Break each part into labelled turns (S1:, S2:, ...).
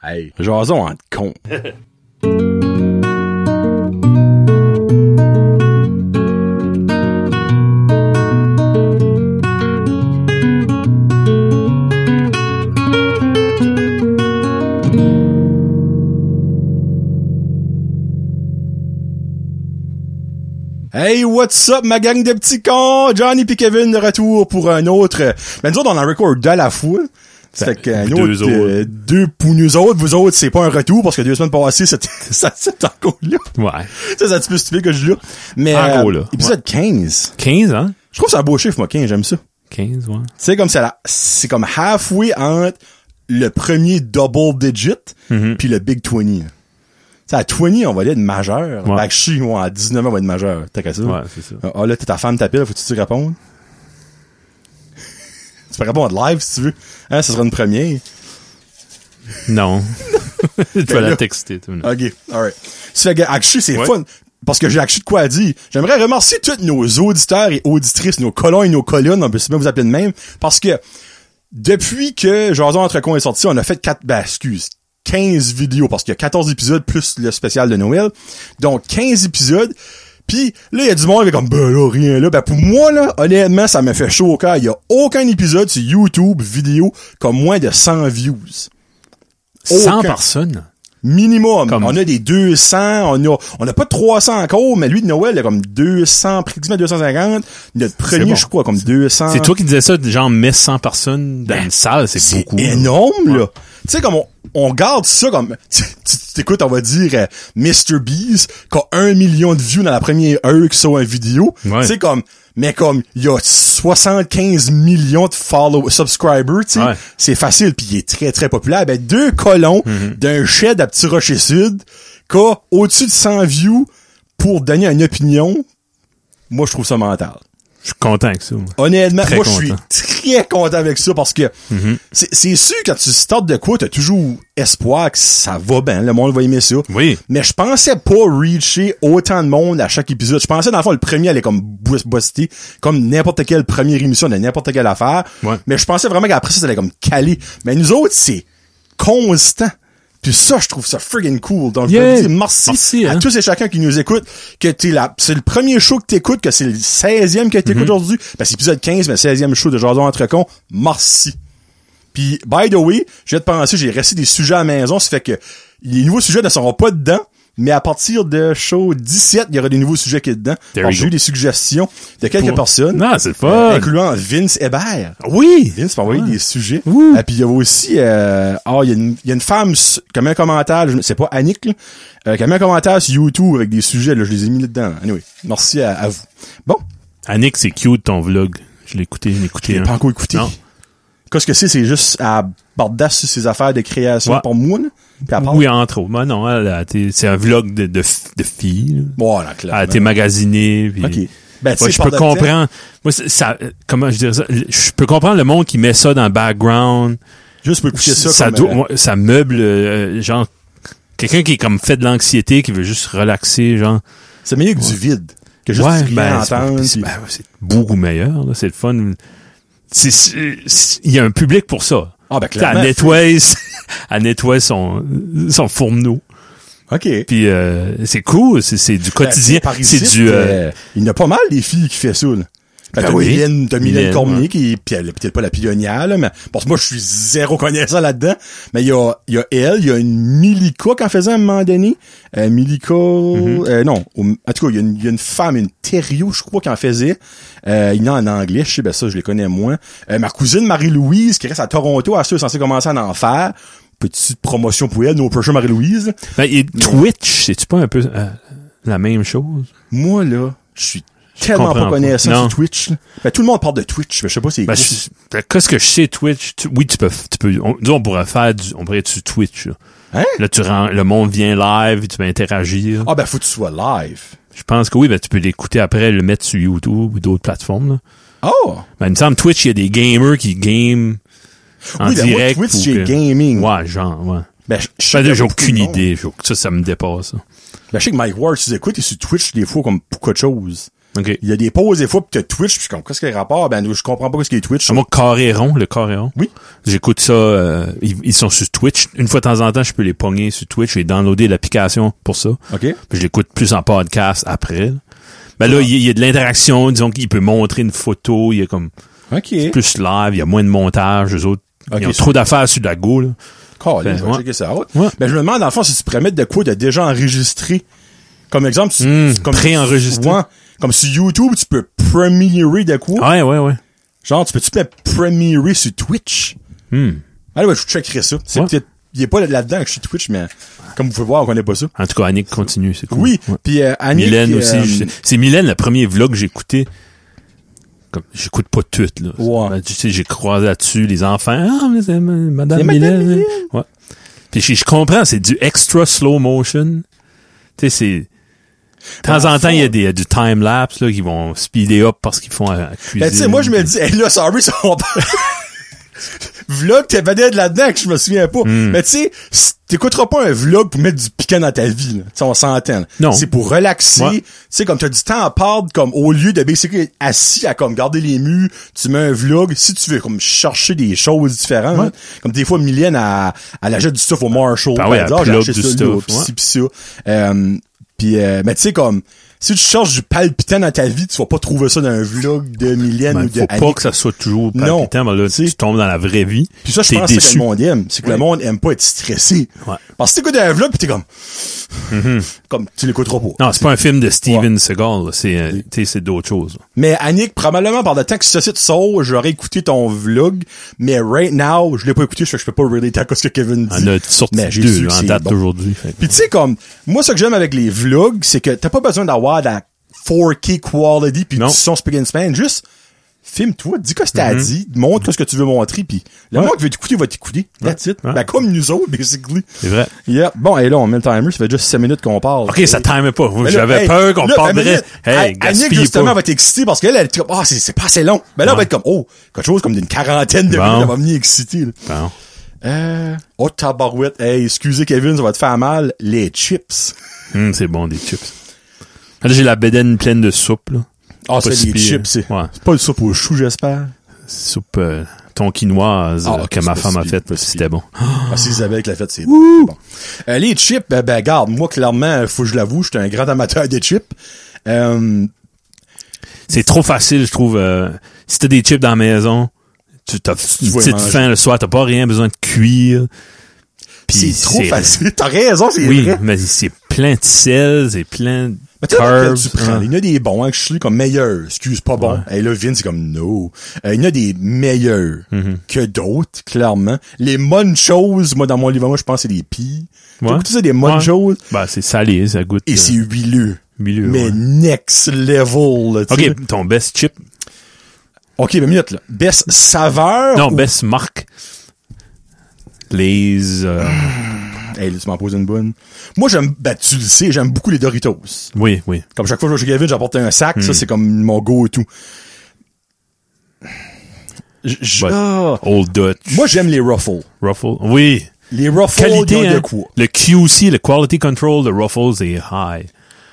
S1: Hey, jason
S2: hein,
S1: en con. Hey, what's up, ma gang de petits cons? Johnny et Kevin de retour pour un autre. Mais nous autres, on en record deux à la fois. Ça fait qu'un
S2: Ben, deux
S1: autre,
S2: autres.
S1: euh, deux pour nous autres. Vous autres, c'est pas un retour parce que deux semaines passées, c'était, ça, c'est encore là.
S2: Ouais.
S1: Ça, c'est un petit peu stupide que je l'ai. Mais, euh,
S2: En gros, là.
S1: épisode 15.
S2: 15, hein?
S1: Je trouve que c'est un beau chiffre, moi, 15, j'aime ça. Tu
S2: 15, ouais.
S1: sais, comme c'est la- c'est comme halfway entre le premier double digit,
S2: Mm-hmm.
S1: puis le big 20. Tu sais, à 20, on va être majeur.
S2: Ouais.
S1: Fait que je suis, moi, à 19 ans, on va être majeur. T'as qu'à ça.
S2: Ouais, c'est ça.
S1: Ah, Ah, là, t'es ta femme t'appelle, faut-tu t'y répondre? tu peux répondre live si tu veux. Hein, ce sera une première.
S2: Non. tu vas
S1: là-
S2: la texter, tout le monde.
S1: OK, alright. Tu fais que Akshi, c'est
S2: Ouais.
S1: fun. Parce que j'ai Akshi de quoi à dire. J'aimerais remercier tous nos auditeurs et auditrices, nos colons et nos colonnes, on peut même vous appeler de même, parce que depuis que Jason Entre Cons est sorti, on a fait 4, ben, excuse, 15 vidéos, parce qu'il y a 14 épisodes plus le spécial de Noël. Donc, 15 épisodes. Puis là, il y a du monde qui est comme, ben là, rien là. Ben pour moi, là, honnêtement, ça me fait chaud au cœur. Il y a aucun épisode sur YouTube, vidéo, comme moins de 100 views.
S2: 100
S1: Aucun.
S2: personnes.
S1: Minimum.
S2: Comme-
S1: On a des 200, on a, on a pas de 300 encore, mais lui de Noël, il a comme 200, pratiquement 250. Notre premier,
S2: bon.
S1: je crois, comme 200.
S2: C'est toi qui disais ça, genre, mets 100 personnes dans une salle, Ah. Ben, c'est beaucoup. là.
S1: énorme, là. Tu sais, comme on, on garde ça comme, tu tu- tu t'écoutes, on va dire, euh, Mr. Beast, qui a un million de views dans la première heure qui sort une vidéo.
S2: Ouais.
S1: Tu sais, comme, mais comme, il y a 75 millions de follow, subscribers, tu sais.
S2: Ouais.
S1: C'est facile, puis il est très, très populaire. Ben, deux colons
S2: Mm-hmm.
S1: d'un shed à Petit Rocher Sud, qui a au-dessus de 100 views pour donner une opinion. Moi, je trouve ça mental.
S2: Je suis content avec ça. moi.
S1: Honnêtement,
S2: Très
S1: moi,
S2: content. Mm-hmm.
S1: je suis très content avec ça parce que c'est c'est sûr que quand tu startes de quoi, t'as toujours espoir que ça va bien. Le monde va aimer ça.
S2: Oui.
S1: Mais je pensais pas reacher autant de monde à chaque épisode. Je pensais, dans le fond, le premier allait comme boost- booster, comme n'importe quelle première émission de n'importe quelle affaire.
S2: Ouais.
S1: Mais je pensais vraiment qu'après ça, ça allait comme caler. Mais nous autres, c'est constant. Puis ça, je trouve ça friggin' cool. Donc,
S2: Yeah.
S1: je veux dire merci,
S2: Merci,
S1: à
S2: hein.
S1: tous et chacun qui nous écoute, que t'es là, c'est le premier show que t'écoutes, que c'est le 16e que
S2: Mm-hmm.
S1: t'écoutes aujourd'hui. Ben, c'est épisode 15, mais 16e show de Jason Entre Cons. Merci. Puis, by the way, je vais te penser, j'ai resté des sujets à la maison, ça fait que les nouveaux sujets ne seront pas dedans, mais à partir de show 17, il y aura des nouveaux sujets qui est dedans.
S2: There
S1: Alors,
S2: you
S1: J'ai
S2: go.
S1: eu des suggestions de quelques
S2: Pour-
S1: personnes,
S2: Non, c'est
S1: euh,
S2: pas.
S1: incluant Vince Hébert.
S2: Oui.
S1: Vince m'a envoyé
S2: Ouais.
S1: des sujets.
S2: Ouh.
S1: Et puis il y avait aussi, euh, ah, il y, a une- il y a une femme, su- comme un commentaire, je ne sais pas, Annick, là, euh, qui a mis un commentaire sur YouTube avec des sujets, là, je les ai mis là-dedans. Anyway, merci à, à vous. Bon,
S2: Annick, c'est cute ton vlog. Je l'ai écouté, je l'ai écouté.
S1: j'ai
S2: hein.
S1: pas encore écouté.
S2: Non.
S1: Qu'est-ce que c'est? C'est juste à bardasse sur ses affaires de création
S2: Ouais.
S1: pour moi, là. Puis à part-
S2: Oui, entre autres. Mais non, elle a été- c'est un vlog de, de, f- de filles. là.
S1: Bon, là,
S2: Elle a
S1: clairement.
S2: été magasinée. puis-
S1: OK. Ben, tu
S2: Ouais,
S1: sais,
S2: je
S1: par
S2: peux
S1: le temps-
S2: comprendre. Moi, c'est- ça, euh, comment je dirais ça? Le- Je peux comprendre le monde qui met ça dans le background.
S1: Juste pour écouter ça.
S2: Ça,
S1: comme,
S2: doit-
S1: euh,
S2: moi, ça meuble, euh, genre, quelqu'un qui est comme fait de l'anxiété, qui veut juste relaxer, genre.
S1: C'est meilleur que du vide. Que juste du rien
S2: c'est-
S1: entendre.
S2: c'est
S1: puis-
S2: ben, c'est beaucoup meilleur, là, c'est le fun. C'est- c'est- c'est- Il y a un public pour ça.
S1: Ah, ben,
S2: Tu sais,
S1: clairement.
S2: Elle nettoie, elle nettoie son, son fourneau.
S1: OK.
S2: Puis euh, c'est cool, c'est- c'est
S1: Ben,
S2: du quotidien.
S1: par ici,
S2: C'est du... euh,
S1: euh, il y en a pas mal des filles qui fait ça, là. Ben,
S2: Ben
S1: t'as
S2: oui.
S1: Mylène, t'as Mylène
S2: Mylène,
S1: Cormier
S2: ouais.
S1: qui est puis elle est peut-être pas la pionnière, là, mais parce que moi, je suis zéro connaissant là-dedans. Mais il y a, il y a elle, il y a une Milika qu'en faisait à un moment donné. Euh, Milika, euh, non. au- en tout cas, il y, a une- il y a une femme, une Thériault, je crois, qu'en faisait. Euh, il y en a en anglais, je sais, ben ça, je les connais moins. Euh, ma cousine Marie-Louise, qui reste à Toronto, elle, ça, est censée commencer à en faire. Petite promotion pour elle, nos prochains Marie-Louise.
S2: ben, et Twitch, c'est-tu pas un peu euh, la même chose?
S1: Moi, là, je suis tellement
S2: comprends
S1: pas
S2: pas.
S1: connaissant
S2: Non.
S1: sur Twitch. là. Ben, tout le monde parle de Twitch, mais je sais pas si c'est
S2: Ben,
S1: gros.
S2: je- ben, qu'est-ce que je sais Twitch? Tu- oui, tu peux, tu peux, on, nous, on pourrait faire du, on pourrait être sur Twitch, là.
S1: Hein?
S2: Là, tu rends, le monde vient live, tu peux interagir.
S1: Ah ben, faut que tu sois live.
S2: Je pense que oui, ben, tu peux l'écouter après, le mettre sur YouTube ou d'autres plateformes, là.
S1: Oh!
S2: Ben, il me semble, Twitch, il y a des gamers qui game en
S1: Oui, ben, moi,
S2: direct.
S1: Twitch,
S2: ou
S1: j'ai
S2: que-
S1: gaming.
S2: Ouais, genre, ouais.
S1: Ben, je- je
S2: Ben,
S1: sais
S2: là, j'ai
S1: que tout
S2: aucune
S1: le monde-
S2: idée. j'ai aucune- Ça, ça me dépasse, ça.
S1: Ben, je sais que Mike Ward, tu écoutes, il est sur Twitch des fois comme beaucoup de choses.
S2: OK.
S1: Il y a des pauses des fois, pis t'as Twitch, pis je suis comme, qu'est-ce qu'il y a le rapport? Ben, je comprends pas ce qu'il y a Twitch.
S2: Ah, Moi, carré rond, le carré rond.
S1: Oui.
S2: J'écoute ça. euh, ils, ils sont sur Twitch. Une fois de temps en temps, je peux les pogner sur Twitch. J'ai downloadé l'application pour ça.
S1: OK.
S2: Puis je l'écoute plus en podcast après. là. Ben là, il y a- il y, a de l'interaction. Disons qu'il peut montrer une photo. Il y a comme
S1: OK.
S2: plus live. Il y a moins de montage. Eux autres,
S1: Ok,
S2: ils ont
S1: c'est-
S2: trop d'affaires sur de la go. là.
S1: Colin,
S2: Ben,
S1: je vais
S2: ouais.
S1: checker ça out.
S2: Ouais.
S1: Ben, je me demande, dans le fond, si tu pourrais mettre de quoi de déjà enregistré. Comme exemple, tu,
S2: Hmm,
S1: comme,
S2: préenregistré.
S1: Ouais. Comme sur YouTube, tu peux premierer de quoi.
S2: Ouais, ouais, ouais.
S1: Genre, tu peux-tu mettre premierer sur Twitch?
S2: Hmm.
S1: Allez, ouais, je checkerai ça. C'est
S2: Ouais.
S1: peut-être, il est pas là-dedans que je suis Twitch, mais comme vous pouvez voir, on connaît pas ça.
S2: En tout cas, Annick continue. C'est cool.
S1: Oui.
S2: Ouais.
S1: Puis, euh, Annick,
S2: Mylène
S1: euh,
S2: aussi. je- C'est Mylène, le premier vlog que j'ai écouté. Comme, j'écoute pas tout, là.
S1: Ouais.
S2: Ben, tu sais, j'ai croisé là-dessus les enfants. Ah, mais c'est ma-
S1: C'est
S2: Madame
S1: Madame
S2: Mylène. hein.
S1: Mylène.
S2: Ouais. Puis je, je comprends, c'est du extra slow motion. Tu sais, c'est... De temps
S1: Ben,
S2: en temps, il y a des, du time-lapse, là, qui vont speeder up parce qu'ils font euh, à, à cuisine.
S1: Ben, tu sais, moi, je me dis, hey, là, sorry, ça on parle. vlog, t'es peut-être là-dedans que je me souviens pas.
S2: Hmm.
S1: Mais tu sais, c- t'écouteras pas un vlog pour mettre du piquant dans ta vie, là. Tu sais, on s'entend. là.
S2: Non.
S1: C'est pour relaxer.
S2: Ouais.
S1: Tu sais, comme t'as du temps à perdre, comme au lieu de basically être assis à comme garder les murs, tu mets un vlog, si tu veux comme chercher des choses différentes. hein. Comme des fois, Mylène, elle, elle achète du stuff au Marshall.
S2: Ah ouais,
S1: Elle dit,
S2: elle
S1: j'ai
S2: plug
S1: acheté
S2: du
S1: ça,
S2: stuff,
S1: là, pis
S2: ouais.
S1: ci, pis ça. Euh, pis, euh, mais tu sais, comme, si tu cherches du palpitant dans ta vie, tu vas pas trouver ça dans un vlog de Mylène
S2: Ben,
S1: ou de
S2: faut pas
S1: Annick.
S2: que ça soit toujours
S1: Non.
S2: palpitant, mais là,
S1: Tu sais.
S2: tu tombes dans la vraie vie.
S1: Puis ça, je
S2: T'es
S1: pense que c'est que
S2: déçu.
S1: le monde aime. C'est que le monde aime pas être stressé.
S2: Ouais. Mm-hmm.
S1: Parce que t'écoutes un vlog pis t'es comme, comme, tu l'écouteras pas.
S2: Non, c'est pas un film de Steven Seagal, là. C'est, euh, tu sais, c'est d'autres choses. là.
S1: Mais Annick, probablement par le temps que ce site sort, j'aurais écouté ton vlog, mais right now, je l'ai pas écouté, je, je peux pas relate à ce que Kevin dit.
S2: On a sorti
S1: Mais Ben, j'ai su
S2: deux,
S1: que
S2: en
S1: c'est
S2: date
S1: bon.
S2: d'aujourd'hui. fait que-
S1: Puis tu sais comme moi ce que j'aime avec les vlogs, c'est que t'as pas besoin d'avoir de la 4K quality puis
S2: Non. Mm-hmm.
S1: du son speak and span, juste filme-toi, dis que ce que t'as dit, montre ce que tu veux montrer puis le
S2: Ouais.
S1: monde qui veut t'écouter va t'écouter. That's it.
S2: Ouais.
S1: Ben comme nous autres basically.
S2: C'est vrai.
S1: Yeah. Bon, et là on met le timer, ça fait juste 7 minutes qu'on parle.
S2: OK, ça timait pas.
S1: Mais là,
S2: J'avais
S1: hey,
S2: peur qu'on
S1: là, ben,
S2: parlerait.
S1: minute,
S2: Hey,
S1: Annick,
S2: gaspille
S1: justement,
S2: pas.
S1: va être excitée parce qu'elle, elle est comme, ah, c'est- c'est pas assez long. Mais là, on va être comme, oh, quelque chose comme d'une quarantaine de
S2: Bon.
S1: minutes, elle va venir excitée, là.
S2: Bon.
S1: Euh, oh, tabarouette. Hey, excusez, Kevin, ça va te faire mal. Les chips.
S2: Hum, c'est bon, des chips. Là, j'ai la bédaine pleine de soupe, là.
S1: Ah,
S2: Pas
S1: c'est
S2: si
S1: des
S2: pire.
S1: chips, c'est.
S2: Ouais.
S1: C'est pas le soupe aux choux, j'espère.
S2: Soupe euh, tonquinoise
S1: Ah,
S2: euh,
S1: ok,
S2: que
S1: c'est
S2: ma
S1: pas
S2: femme
S1: si
S2: a
S1: pire,
S2: faite,
S1: pas
S2: puis
S1: si
S2: c'était bon.
S1: Ah, si Isabelle qui l'a fait, c'est bon. Euh, les chips, euh, ben, garde, moi, clairement, faut que je l'avoue, je suis un grand amateur de chips. Euh,
S2: C'est trop facile, je trouve. euh, si t'as des chips dans la maison, tu t'as une
S1: vas les
S2: petite
S1: manger.
S2: faim le soir, t'as pas rien besoin de cuire. Puis
S1: c'est trop facile. T'as raison, c'est
S2: Oui,
S1: vrai.
S2: mais c'est plein de sel, c'est plein de
S1: Mais tu sais,
S2: carbs.
S1: que tu prends,
S2: hein.
S1: il y en a des bons, hein, que je suis comme meilleurs, excuse, pas bon. Et là, Vin, c'est comme, no. Euh, il y en a des meilleurs
S2: Mm-hmm.
S1: que d'autres, clairement. Les munchos, moi, dans mon livre, moi, je pense que c'est des pis.
S2: Ouais.
S1: Tout ça, des
S2: Ouais.
S1: munchos,
S2: Ben, c'est salé, ça goûte.
S1: et
S2: euh,
S1: c'est huileux.
S2: Huileux,
S1: Mais
S2: ouais.
S1: next level, là, tu sais.
S2: OK, ton best chip.
S1: OK, mais minute, là. Best saveur.
S2: Non,
S1: ou-
S2: best marque. Les... euh,
S1: Hey, là, tu m'en poses une bonne. Moi, j'aime, ben, tu le sais, j'aime beaucoup les Doritos.
S2: oui, oui.
S1: Comme chaque fois que je vais chez Kevin, j'apporte un sac.
S2: Hmm.
S1: Ça, c'est comme mon go-to. J- j-
S2: Ouais.
S1: ah.
S2: Old Dutch.
S1: Moi, j'aime les Ruffles.
S2: Ruffles. Oui.
S1: Les Ruffles,
S2: Qualité,
S1: ils ont
S2: hein.
S1: de quoi?
S2: Le QC, le Quality Control de Ruffles est high.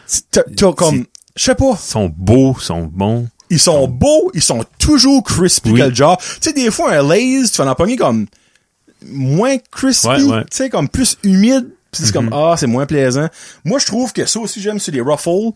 S1: C'est- T'as t'as comme, je sais pas,
S2: Ils sont beaux, ils sont bons.
S1: ils sont beaux, ils sont toujours crispy
S2: Oui.
S1: que le genre. Tu sais, des fois, un Lay's, tu vas en pogner comme moins crispy,
S2: Ouais, ouais. Mm-hmm.
S1: tu sais, comme plus humide, pis c'est comme, ah, c'est moins plaisant. Moi, je trouve que ça aussi, j'aime sur les Ruffles,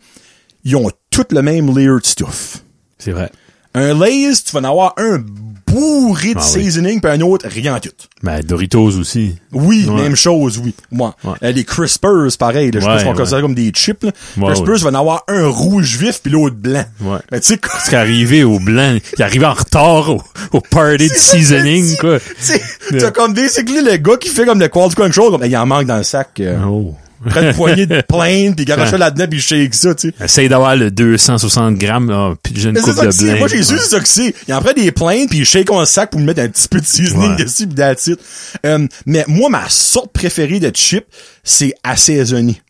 S1: ils ont toutes le même layered stuff.
S2: C'est vrai.
S1: Un Lay's, tu vas en avoir un bourré de
S2: Ah oui.
S1: seasoning, puis un autre, rien en tout.
S2: Mais Doritos aussi.
S1: Oui,
S2: Ouais.
S1: même chose, oui. Moi,
S2: Ouais.
S1: Euh, les crispers, pareil. Là, je
S2: Ouais,
S1: pense qu'on
S2: ouais.
S1: considère comme des chips. Là.
S2: Ouais,
S1: crispers
S2: ouais.
S1: vont en avoir un rouge vif puis l'autre blanc.
S2: Ouais.
S1: Mais tu sais quoi?
S2: Parce qu'arrivé au blanc, il est arrivé en retard au, au
S1: C'est
S2: party de
S1: ça que je
S2: seasoning,
S1: dis.
S2: quoi.
S1: Tu sais, T'as comme basically le gars qui fait comme le quality control, comme, il en manque dans le sac. Euh,
S2: Oh.
S1: Prends une poignée de plainte, puis garoche ça là-dedans, puis shake ça, tu sais.
S2: Essaye d'avoir le 260 grammes, là, puis j'ai une
S1: Mais
S2: coupe
S1: c'est ça que
S2: de
S1: c'est.
S2: blanc. euh,
S1: Moi, j'ai su,
S2: Ouais.
S1: c'est ça que c'est. Il en prend des plaintes, puis il shake un sac pour me mettre un petit peu de seasoning
S2: Ouais.
S1: dessus, puis that's it. Euh, mais moi, ma sorte préférée de chips, c'est assaisonné.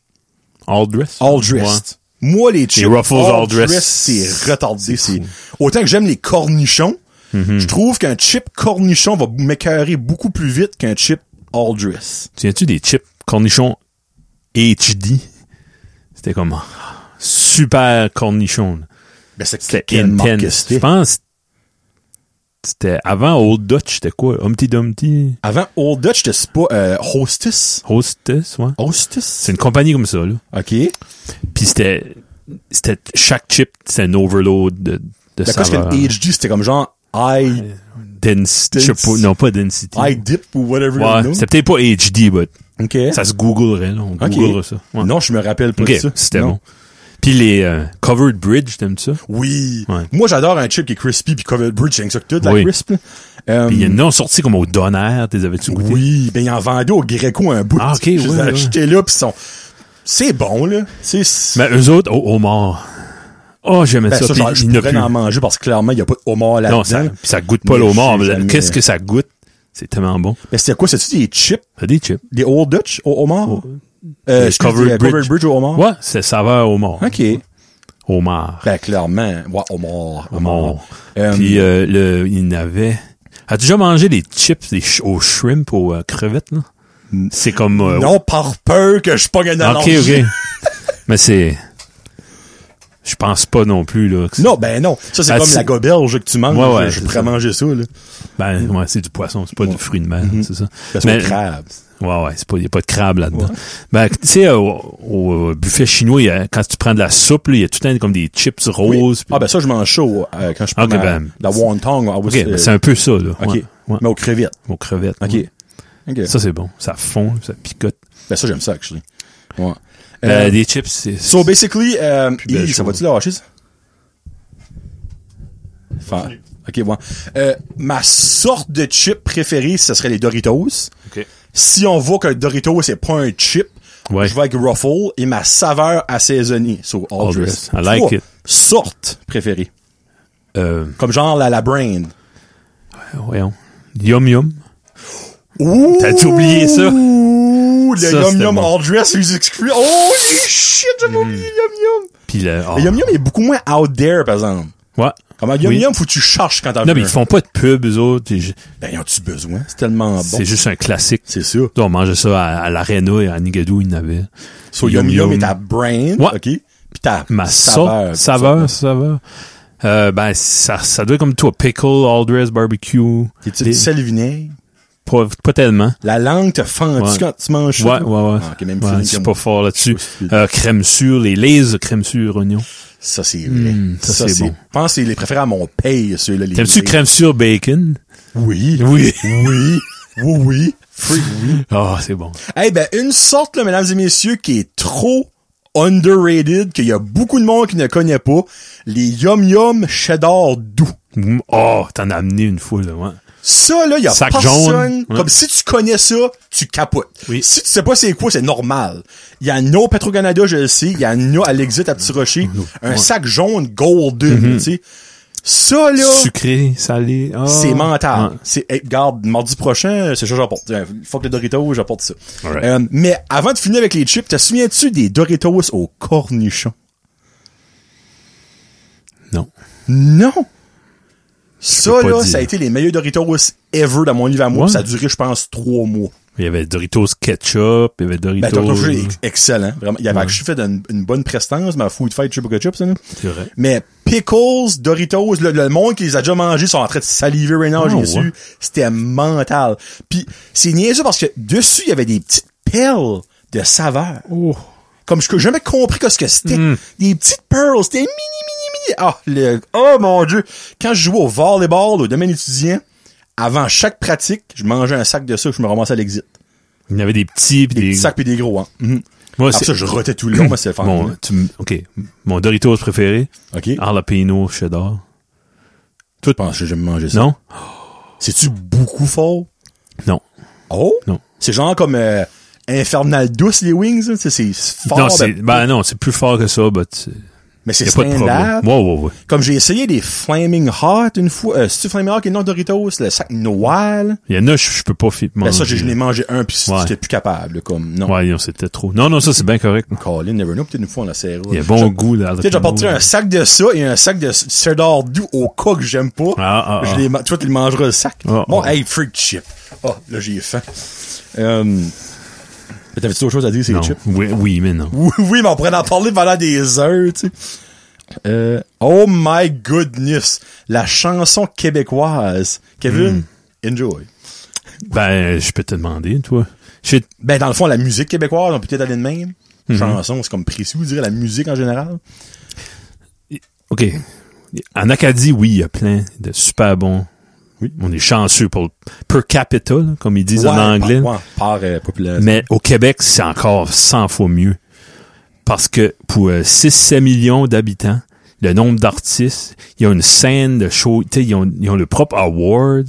S2: All dressed.
S1: All dressed. Moi, les chips.
S2: Ruffles all dressed.
S1: c'est retardé. C'est Autant que j'aime les cornichons,
S2: Mm-hmm.
S1: je trouve qu'un chip cornichon va m'écœurer beaucoup plus vite qu'un chip all dressed.
S2: Tu Tiens-tu des chips cornichons HD? C'était comme ah, super cornichon. là.
S1: Ben, c'est
S2: C'était
S1: quelle marque que
S2: intense.
S1: c'était?
S2: Je pense c'était avant Old Dutch, c'était quoi? Humpty Dumpty?
S1: Avant Old Dutch, c'était pas euh, Hostess.
S2: Hostess, ouais.
S1: Hostess?
S2: C'est une compagnie comme ça, là.
S1: OK.
S2: Puis c'était, c'était, chaque chip, c'était un overload de, de
S1: D'accord, c'était
S2: saveur.
S1: une HD, c'était comme genre I,
S2: Density. je sais pas, non, pas density.
S1: I dip ou whatever
S2: Ouais,
S1: you know.
S2: c'était peut-être pas HD, but
S1: OK.
S2: ça se googlerait, là. On
S1: Ok.
S2: googlerait ça. Ouais.
S1: Non, je me rappelle pas
S2: Ok,
S1: de ça.
S2: c'était
S1: Non.
S2: bon. Puis les euh, Covered Bridge, t'aimes ça?
S1: Oui.
S2: Ouais.
S1: Moi, j'adore un chip qui est crispy puis covered bridge, c'est que ça que tout, la
S2: Oui.
S1: crisp. là. Euh,
S2: Puis il y en a sorti comme au Donner, t'es avais-tu goûté?
S1: oui, ben, ils en vendaient au Greco un bout.
S2: Ah, ok,
S1: Je les ai
S2: ouais, ouais.
S1: achetés là pis ils sont, c'est bon, là. C'est,
S2: Mais eux autres, au homard. Oh, j'aimais
S1: ben,
S2: ça.
S1: ça,
S2: puis
S1: j'en- je
S2: il n'y a
S1: pourrais
S2: plus.
S1: en manger parce que clairement, il y a pas de homard
S2: Non, ça,
S1: là-dedans.
S2: puis ça goûte pas
S1: Mais
S2: l'homard.
S1: je sais
S2: mais
S1: jamais.
S2: Qu'est-ce que ça goûte? C'est tellement bon.
S1: Mais c'était quoi? C'était-tu des chips?
S2: T'as des chips.
S1: Des Old Dutch au homard?
S2: Des
S1: euh, excuse,
S2: Oh. Covered
S1: des, euh,
S2: Bridge.
S1: covered bridge au homard?
S2: Ouais, c'est saveur homard.
S1: OK.
S2: Homard.
S1: Ben, clairement. Ouais, homard.
S2: Homard.
S1: Euh,
S2: Puis euh, le, il n'avait... As-tu déjà mangé des chips des sh- aux shrimp, aux euh, crevettes, là? C'est comme... euh,
S1: Mm. Non, par peur que je pogne un
S2: Ok,
S1: allergie.
S2: ok. Mais c'est... Je pense pas non plus, là. que c'est-
S1: Non, ben non. Ça, c'est
S2: Ah,
S1: comme
S2: c'est-
S1: la goberge que tu manges.
S2: Ouais, ouais,
S1: je
S2: c'est
S1: pourrais
S2: ça.
S1: manger ça, là.
S2: Ben, ouais, c'est du poisson, c'est pas du fruit de mer, c'est ça.
S1: Ben, c'est
S2: Mais-
S1: pas crabe.
S2: Ouais, ouais, c'est pas, y a pas de crabe là-dedans. Ben, tu sais, euh, au, au buffet chinois, y a- quand tu prends de la soupe, il y a tout le temps comme des chips
S1: Oui.
S2: roses. puis-
S1: Ah, ben ça, je mange chaud euh, quand je prends
S2: Ok,
S1: ma-
S2: ben,
S1: la wonton. ah, oui,
S2: ok, ben, c'est un peu ça, là.
S1: OK.
S2: Ouais, ouais.
S1: Mais aux crevettes.
S2: Aux crevettes.
S1: OK.
S2: ouais.
S1: OK.
S2: Ça, c'est bon. Ça fond, ça picote.
S1: ben ça, j'aime ça, actually. Ouais.
S2: Euh,
S1: Euh,
S2: des chips, c'est...
S1: so, basically, euh,
S2: belle
S1: Yves, ça
S2: chose.
S1: va-tu lâcher, ça? Enfin, OK, bon. Euh, ma sorte de chip préférée, ce serait les Doritos.
S2: Ok.
S1: si on voit que le Dorito c'est pas un chip,
S2: Ouais.
S1: je vais avec Ruffle et ma saveur assaisonnée. So, all,
S2: All
S1: dressed.
S2: dressed. I like
S1: Trois
S2: it.
S1: Sortes préférées.
S2: Euh,
S1: Comme genre la, la brand.
S2: voyons. Yum Yum.
S1: Ouh!
S2: T'as-tu oublié ça?
S1: Ouh! Le
S2: Ça,
S1: Yum
S2: c'était
S1: Yum
S2: bon. Mm.
S1: All Dress, les exclus. Holy shit, j'avais oublié Yum Yum!
S2: Puis le... ah,
S1: Le Yum Yum est beaucoup moins out there, par exemple.
S2: Ouais.
S1: Comme un Yum
S2: Oui.
S1: Yum, faut que tu cherches quand t'en
S2: Non,
S1: veux
S2: mais
S1: un.
S2: ils font pas de pub, eux autres. puis je-
S1: Ben, y ont-tu besoin? C'est tellement bon.
S2: C'est juste un classique.
S1: C'est sûr.
S2: On mangeait ça à, à l'Arena et à Nigadou, ils en avaient.
S1: So, Yum Yum, est ta brand.
S2: Ouais.
S1: OK? Puis ta
S2: Ma
S1: saveur.
S2: saveur. Saveur, saveur. Euh, ben, ça, ça doit être comme toi. Pickle, all dress, barbecue.
S1: T'es-tu
S2: Des-
S1: du sel vinaigre?
S2: pas, pas tellement.
S1: La langue te fend
S2: Ouais.
S1: quand tu manges
S2: Ouais, ouais,
S1: ça?
S2: ouais.
S1: Ah, ok, même
S2: Ouais,
S1: feeling
S2: je suis
S1: que
S2: pas
S1: moi.
S2: fort là-dessus.
S1: Je suis-
S2: Euh, crème sûre, les lays crème sûre, oignon.
S1: Ça, c'est vrai.
S2: Mm, ça, c'est bon.
S1: Je pense que c'est les préférés à mon paye, ceux-là. les
S2: T'aimes-tu
S1: Lay's.
S2: crème sûre, bacon?
S1: Oui.
S2: Oui.
S1: Oui. Oui, oui. Freak, oui.
S2: Ah, c'est bon.
S1: Eh ben, une sorte, là, mesdames et messieurs, qui est trop underrated, qu'il y a beaucoup de monde qui ne connaît pas, les Yum Yum Cheddar Doux.
S2: Mm, Oh, t'en as amené une fois, là, ouais.
S1: Ça, là, il y a
S2: Sac
S1: personne.
S2: jaune. Ouais.
S1: Comme si tu connais ça, tu capotes.
S2: Oui.
S1: Si tu sais pas c'est quoi, c'est normal. Il y en a au Petro-Canada, je le sais. Il y en a à l'exit à Petit Rocher. Un sac jaune golden,
S2: Mm-hmm.
S1: tu sais. Ça, là,
S2: Sucré, salé. ah.
S1: c'est mental.
S2: Ouais.
S1: C'est, hey, regarde, mardi prochain, c'est ça que j'apporte. Euh, Fuck le Doritos, j'apporte ça.
S2: Alright.
S1: Euh, mais avant de finir avec les chips, te souviens-tu des Doritos au cornichon?
S2: Non.
S1: Non! Ça,
S2: peux pas
S1: là,
S2: dire.
S1: ça a été les meilleurs Doritos ever dans mon livre à moi.
S2: Ouais.
S1: Ça a duré, je pense, trois mois.
S2: Il y avait Doritos ketchup, il y avait
S1: Ben,
S2: Doritos.
S1: Dr. Seuss est ex- excellent. Vraiment. Il avait actually fait une, une bonne prestance, ma food fight triple ketchup, ça, là.
S2: C'est vrai.
S1: Mais Pickles, Doritos, le, le monde qui les a déjà mangés sont en train de saliver right now,
S2: Ah,
S1: j'ai
S2: ouais.
S1: su. C'était mental. Puis, c'est niaiseux parce que dessus, il y avait des petites perles de saveur.
S2: Oh.
S1: Comme je n'ai jamais compris que ce que c'était.
S2: Hmm.
S1: Des petites pearls. C'était mini, mini, mini. Ah, le, oh mon dieu. Quand je jouais au volleyball au domaine étudiant, avant chaque pratique, je mangeais un sac de ça que je me ramassais à l'exit.
S2: Il y en avait des petits, puis
S1: Des
S2: des.
S1: petits sacs puis des gros, hein. Mhm.
S2: Moi,
S1: Après
S2: c'est.
S1: ça, je rotais tout le long, mais c'est fun.
S2: Mon, tu m- ok. Mon Doritos préféré,
S1: Ah, OK.
S2: jalapeno cheddar.
S1: Tout pense que j'ai jamais mangé ça.
S2: Non?
S1: C'est-tu beaucoup fort?
S2: Non.
S1: Oh?
S2: Non.
S1: C'est genre comme euh, Infernal douce, les wings. hein. C'est c'est fort.
S2: non, c'est,
S1: ben,
S2: ben non, c'est plus fort que ça, but c'est-
S1: mais
S2: y
S1: c'est
S2: a pas de
S1: stand-up.
S2: problème. Ouais, ouais, ouais.
S1: Comme j'ai essayé des Flaming Hot une fois. Euh, C'est-tu Flaming Hot qui est non Doritos? Le sac noir. là?
S2: Il y en a, je, je peux pas fi-
S1: Ben
S2: manger.
S1: ça, j'ai- je l'ai mangé un puis
S2: Oh, Ouais.
S1: j'étais plus capable. là, Comme, non.
S2: Ouais, non, c'était trop. Non, non, ça, c'est bien correct.
S1: Colin, never know. Peut-être une fois, on la serra.
S2: Il y a bon
S1: Je-
S2: goût, là.
S1: Peut-être j'apporterai un sac de ça et un sac de s- cheddar doux au cas que j'aime pas.
S2: Ah, ah, ah.
S1: Je les ma- toi, tu le mangeras le sac.
S2: Ah,
S1: bon,
S2: ah.
S1: hey, freak chip. Oh, là, j'ai faim. Euh, T'avais-tu autre chose à dire, c'est les
S2: Non.
S1: chips?
S2: Oui, oui, mais non.
S1: Oui, oui, mais on pourrait en parler pendant des heures, tu sais. Euh, oh my goodness, la chanson québécoise. Kevin,
S2: Hmm.
S1: enjoy.
S2: Ben, je peux te demander, toi. Je sais-
S1: Ben, dans le fond, la musique québécoise, on peut peut-être aller de même.
S2: Hmm.
S1: Chanson, c'est comme précis, vous dire la musique en général.
S2: OK. En Acadie, oui, il y a plein de super bons.
S1: Oui.
S2: On est chanceux pour per capita, là, comme ils disent
S1: Ouais,
S2: en
S1: par-
S2: anglais.
S1: ouais, par euh, population.
S2: Mais au Québec, c'est encore 100 fois mieux. Parce que pour 6-7 millions d'habitants, le nombre d'artistes, ils ont une scène de show, tu sais, ils ont, ils ont le propre awards.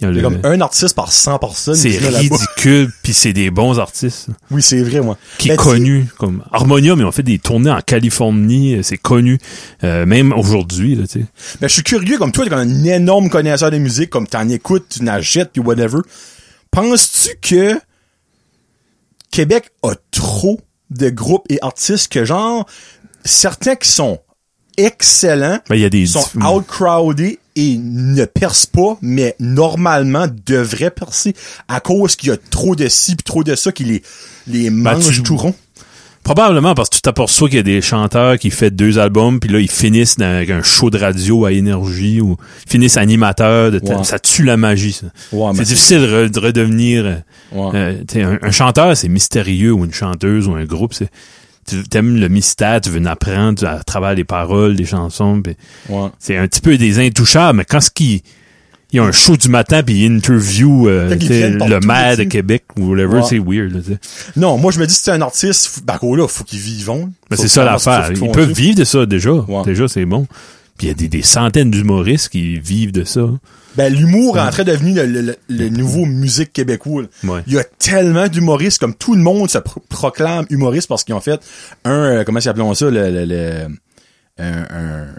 S2: Ils ont
S1: C'est
S2: le-
S1: comme un artiste par 100 personnes. qui
S2: Euh, c'est
S1: vient là-bas.
S2: ridicule, puis c'est des bons artistes là,
S1: Oui, c'est vrai, moi.
S2: qui
S1: Ben,
S2: est
S1: tu-
S2: connu comme Harmonium, ils ont fait des tournées en Californie, euh, c'est connu euh, même aujourd'hui là, tu sais.
S1: Ben, je suis curieux, comme toi, t'es comme un énorme connaisseur de musique, comme t'en écoutes, tu n'achètes, puis whatever. Penses-tu que Québec a trop de groupes et artistes que, genre, certains qui sont excellents
S2: Ben, il y a des
S1: sont
S2: diff-
S1: outcrowdés et ne percent pas, mais normalement devraient percer à cause qu'il y a trop de ci puis trop de ça qui les, les mange
S2: tu-
S1: tout rond.
S2: Probablement parce que tu t'aperçois qu'il y a des chanteurs qui font deux albums puis là ils finissent dans- avec un show de radio à énergie ou finissent animateur de tel-
S1: Ouais.
S2: ça tue la magie ça.
S1: Ouais, mais
S2: c'est difficile de, re- de redevenir euh,
S1: Ouais.
S2: euh, t'sais, un, un chanteur c'est mystérieux ou une chanteuse ou un groupe c'est tu aimes le mystère, tu veux en apprendre à travers les paroles, des chansons. puis
S1: Ouais.
S2: C'est un petit peu des intouchables, mais quand ce qui il y a un show du matin puis il interview euh,
S1: Fait qu'ils
S2: t'sais,
S1: viennent
S2: le
S1: partout
S2: maire de
S1: là-dessus.
S2: Québec ou whatever,
S1: Ouais.
S2: c'est weird. là, t'sais.
S1: Non, moi, je me dis, si c'est un artiste, f- ben, quoi, là, faut qu'ils vivent.
S2: Mais c'est ça l'affaire. Ils peuvent vivre de ça déjà. Déjà, c'est bon. Puis il y a des, des centaines d'humoristes qui vivent de ça.
S1: Ben, l'humour est en train de devenir le, le- le nouveau musique québécois. là.
S2: Ouais.
S1: Il y a tellement d'humoristes, comme tout le monde se pro- proclame humoriste parce qu'ils ont fait un, euh, comment s'appelons ça, le, le- le- un, un-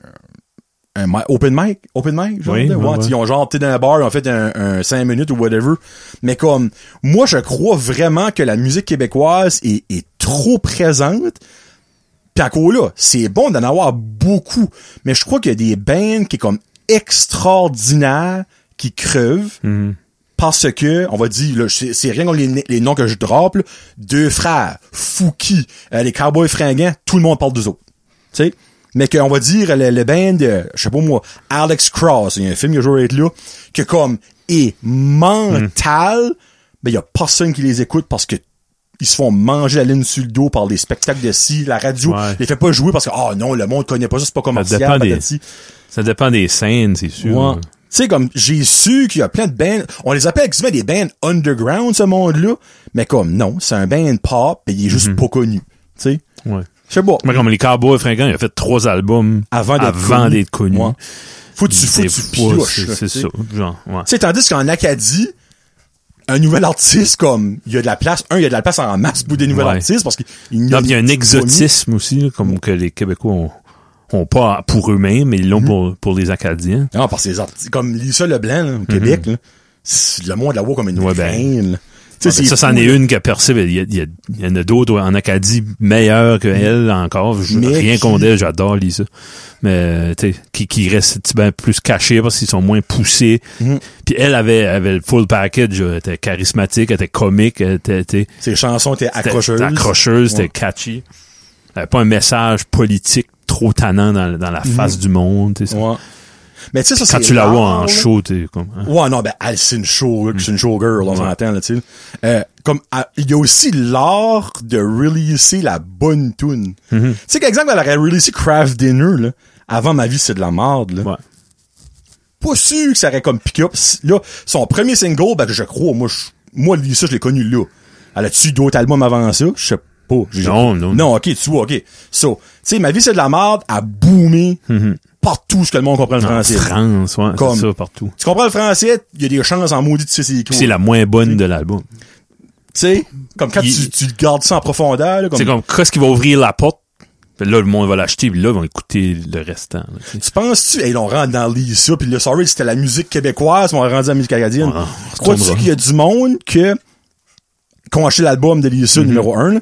S1: un mi- open mic, open mic, genre,
S2: Oui,
S1: là,
S2: ouais,
S1: ouais,
S2: ouais.
S1: ils ont genre été dans un bar, ils ont fait un, un 5 minutes ou whatever. Mais comme, moi, je crois vraiment que la musique québécoise est, est trop présente. Puis encore là, c'est bon d'en avoir beaucoup, mais je crois qu'il y a des bands qui est comme extraordinaire qui crevent parce que, on va dire, là, c'est c'est rien comme les, les noms que je droppe, là. deux frères, Fouki, euh, les Cowboys fringants, tout le monde parle d'eux autres. Tu sais? Mais qu'on va dire, le, le band, euh, je sais pas moi, Alex Cross, il y a un film que je vais être là, que comme est
S2: Hmm.
S1: mental, ben il y a personne qui les écoute parce que ils se font manger la ligne sur le dos par les spectacles de si, la radio
S2: Ouais.
S1: les fait pas jouer parce que ah non, le monde connaît pas ça, c'est pas commercial,
S2: dépend des-
S1: patati.
S2: Ça dépend des scènes, c'est sûr.
S1: Ouais. Tu sais, comme, j'ai su qu'il y a plein de bands, on les appelle excusez-moi, des bands underground, ce monde-là, mais comme, non, c'est un band pop, et il est juste pas connu. Tu sais,
S2: Mhm. Ouais.
S1: je sais pas.
S2: Mais comme les Cowboys fringants, il a fait trois albums
S1: Avant d'être
S2: avant
S1: connu.
S2: d'être connu.
S1: Ouais. Faut que tu, faut que
S2: C'est
S1: tu
S2: ouais,
S1: pioches,
S2: c'est-
S1: là,
S2: c'est
S1: tu sais.
S2: ça. Genre, ouais.
S1: Tu sais, tandis qu'en Acadie, un nouvel artiste, comme, il y a de la place, un, il y a de la place en masse pour des nouvelles
S2: Ouais.
S1: artistes, parce qu'il
S2: Non, puis il y a un
S1: une famille.
S2: exotisme aussi, là, comme que les Québécois ont, ont pas pour eux-mêmes, mais ils l'ont pour, pour les Acadiens.
S1: Non, parce que les artistes, comme Lisa Leblanc, là, au Québec, là, c'est- le monde la voit comme une
S2: Mhm. Ouais, ben.
S1: reine, là. Tu sais, c'est
S2: ça, c'en
S1: fou,
S2: est
S1: là.
S2: une qui a percé. mais Il y, a- il y a- il y en a d'autres en Acadie meilleures que elle encore. Je-
S1: Mais
S2: rien
S1: qui-
S2: qu'on d'elle, j'adore Lisa. Mais euh, tu sais, qui, qui restent ben, plus cachés parce qu'ils sont moins poussés.
S1: Mhm.
S2: Puis elle avait, avait le full package. Elle était charismatique, elle était comique, elle était, tu sais,
S1: Ses chansons étaient
S2: c'était-
S1: accrocheuses.
S2: c'était accrocheuse, c'était catchy. Elle avait pas un message politique trop tannant dans, dans la face du monde. tu sais.
S1: Mhm. Ouais. Mais tu sais, ça,
S2: Quand
S1: c'est
S2: tu la vois
S1: rare,
S2: en
S1: là.
S2: show, t'es comme... hein.
S1: Ouais, non, ben, elle, c'est une show, c'est une showgirl, on s'entend, là, tu sais. Euh, comme, à- il y a aussi l'art de releaser la bonne tune.
S2: Mm-hmm.
S1: Tu sais, qu'exemple, elle aurait releasé Craft Dinner, là. Avant ma vie, c'est de la merde, là.
S2: Ouais.
S1: Pas sûr que ça aurait comme pick-up. Si- Là, son premier single, ben, que je crois, moi, je, moi, Lisa, je l'ai connu là. Elle a-tu d'autres albums avant ça? Je sais pas. J'ai-
S2: Non, non.
S1: Non, ok, tu vois, ok. So, tu sais, ma vie, c'est de la merde, a boomé
S2: Mm-hmm.
S1: partout ce que le monde comprend le
S2: En
S1: français.
S2: France, ouais,
S1: Comme-
S2: c'est ça partout.
S1: Tu comprends le français, il y a des chances en maudit de sais c'est quoi.
S2: Puis C'est la moins bonne de l'album.
S1: Tu sais, comme quand
S2: Il-
S1: tu, tu le gardes ça en profondeur, là, comme,
S2: C'est comme qu'est-ce qui va ouvrir la porte. Puis là, le monde va l'acheter, puis là, ils vont écouter le restant. là, tu sais.
S1: tu penses-tu, hey, là, on rentre dans Lisa, puis le sorry, c'était la musique québécoise, mais on est rendu à la musique canadienne.
S2: Ouais, on
S1: Crois-tu
S2: retournera.
S1: qu'il y a du monde que, qui ont acheté l'album de
S2: Mm-hmm.
S1: Lisa numéro 1,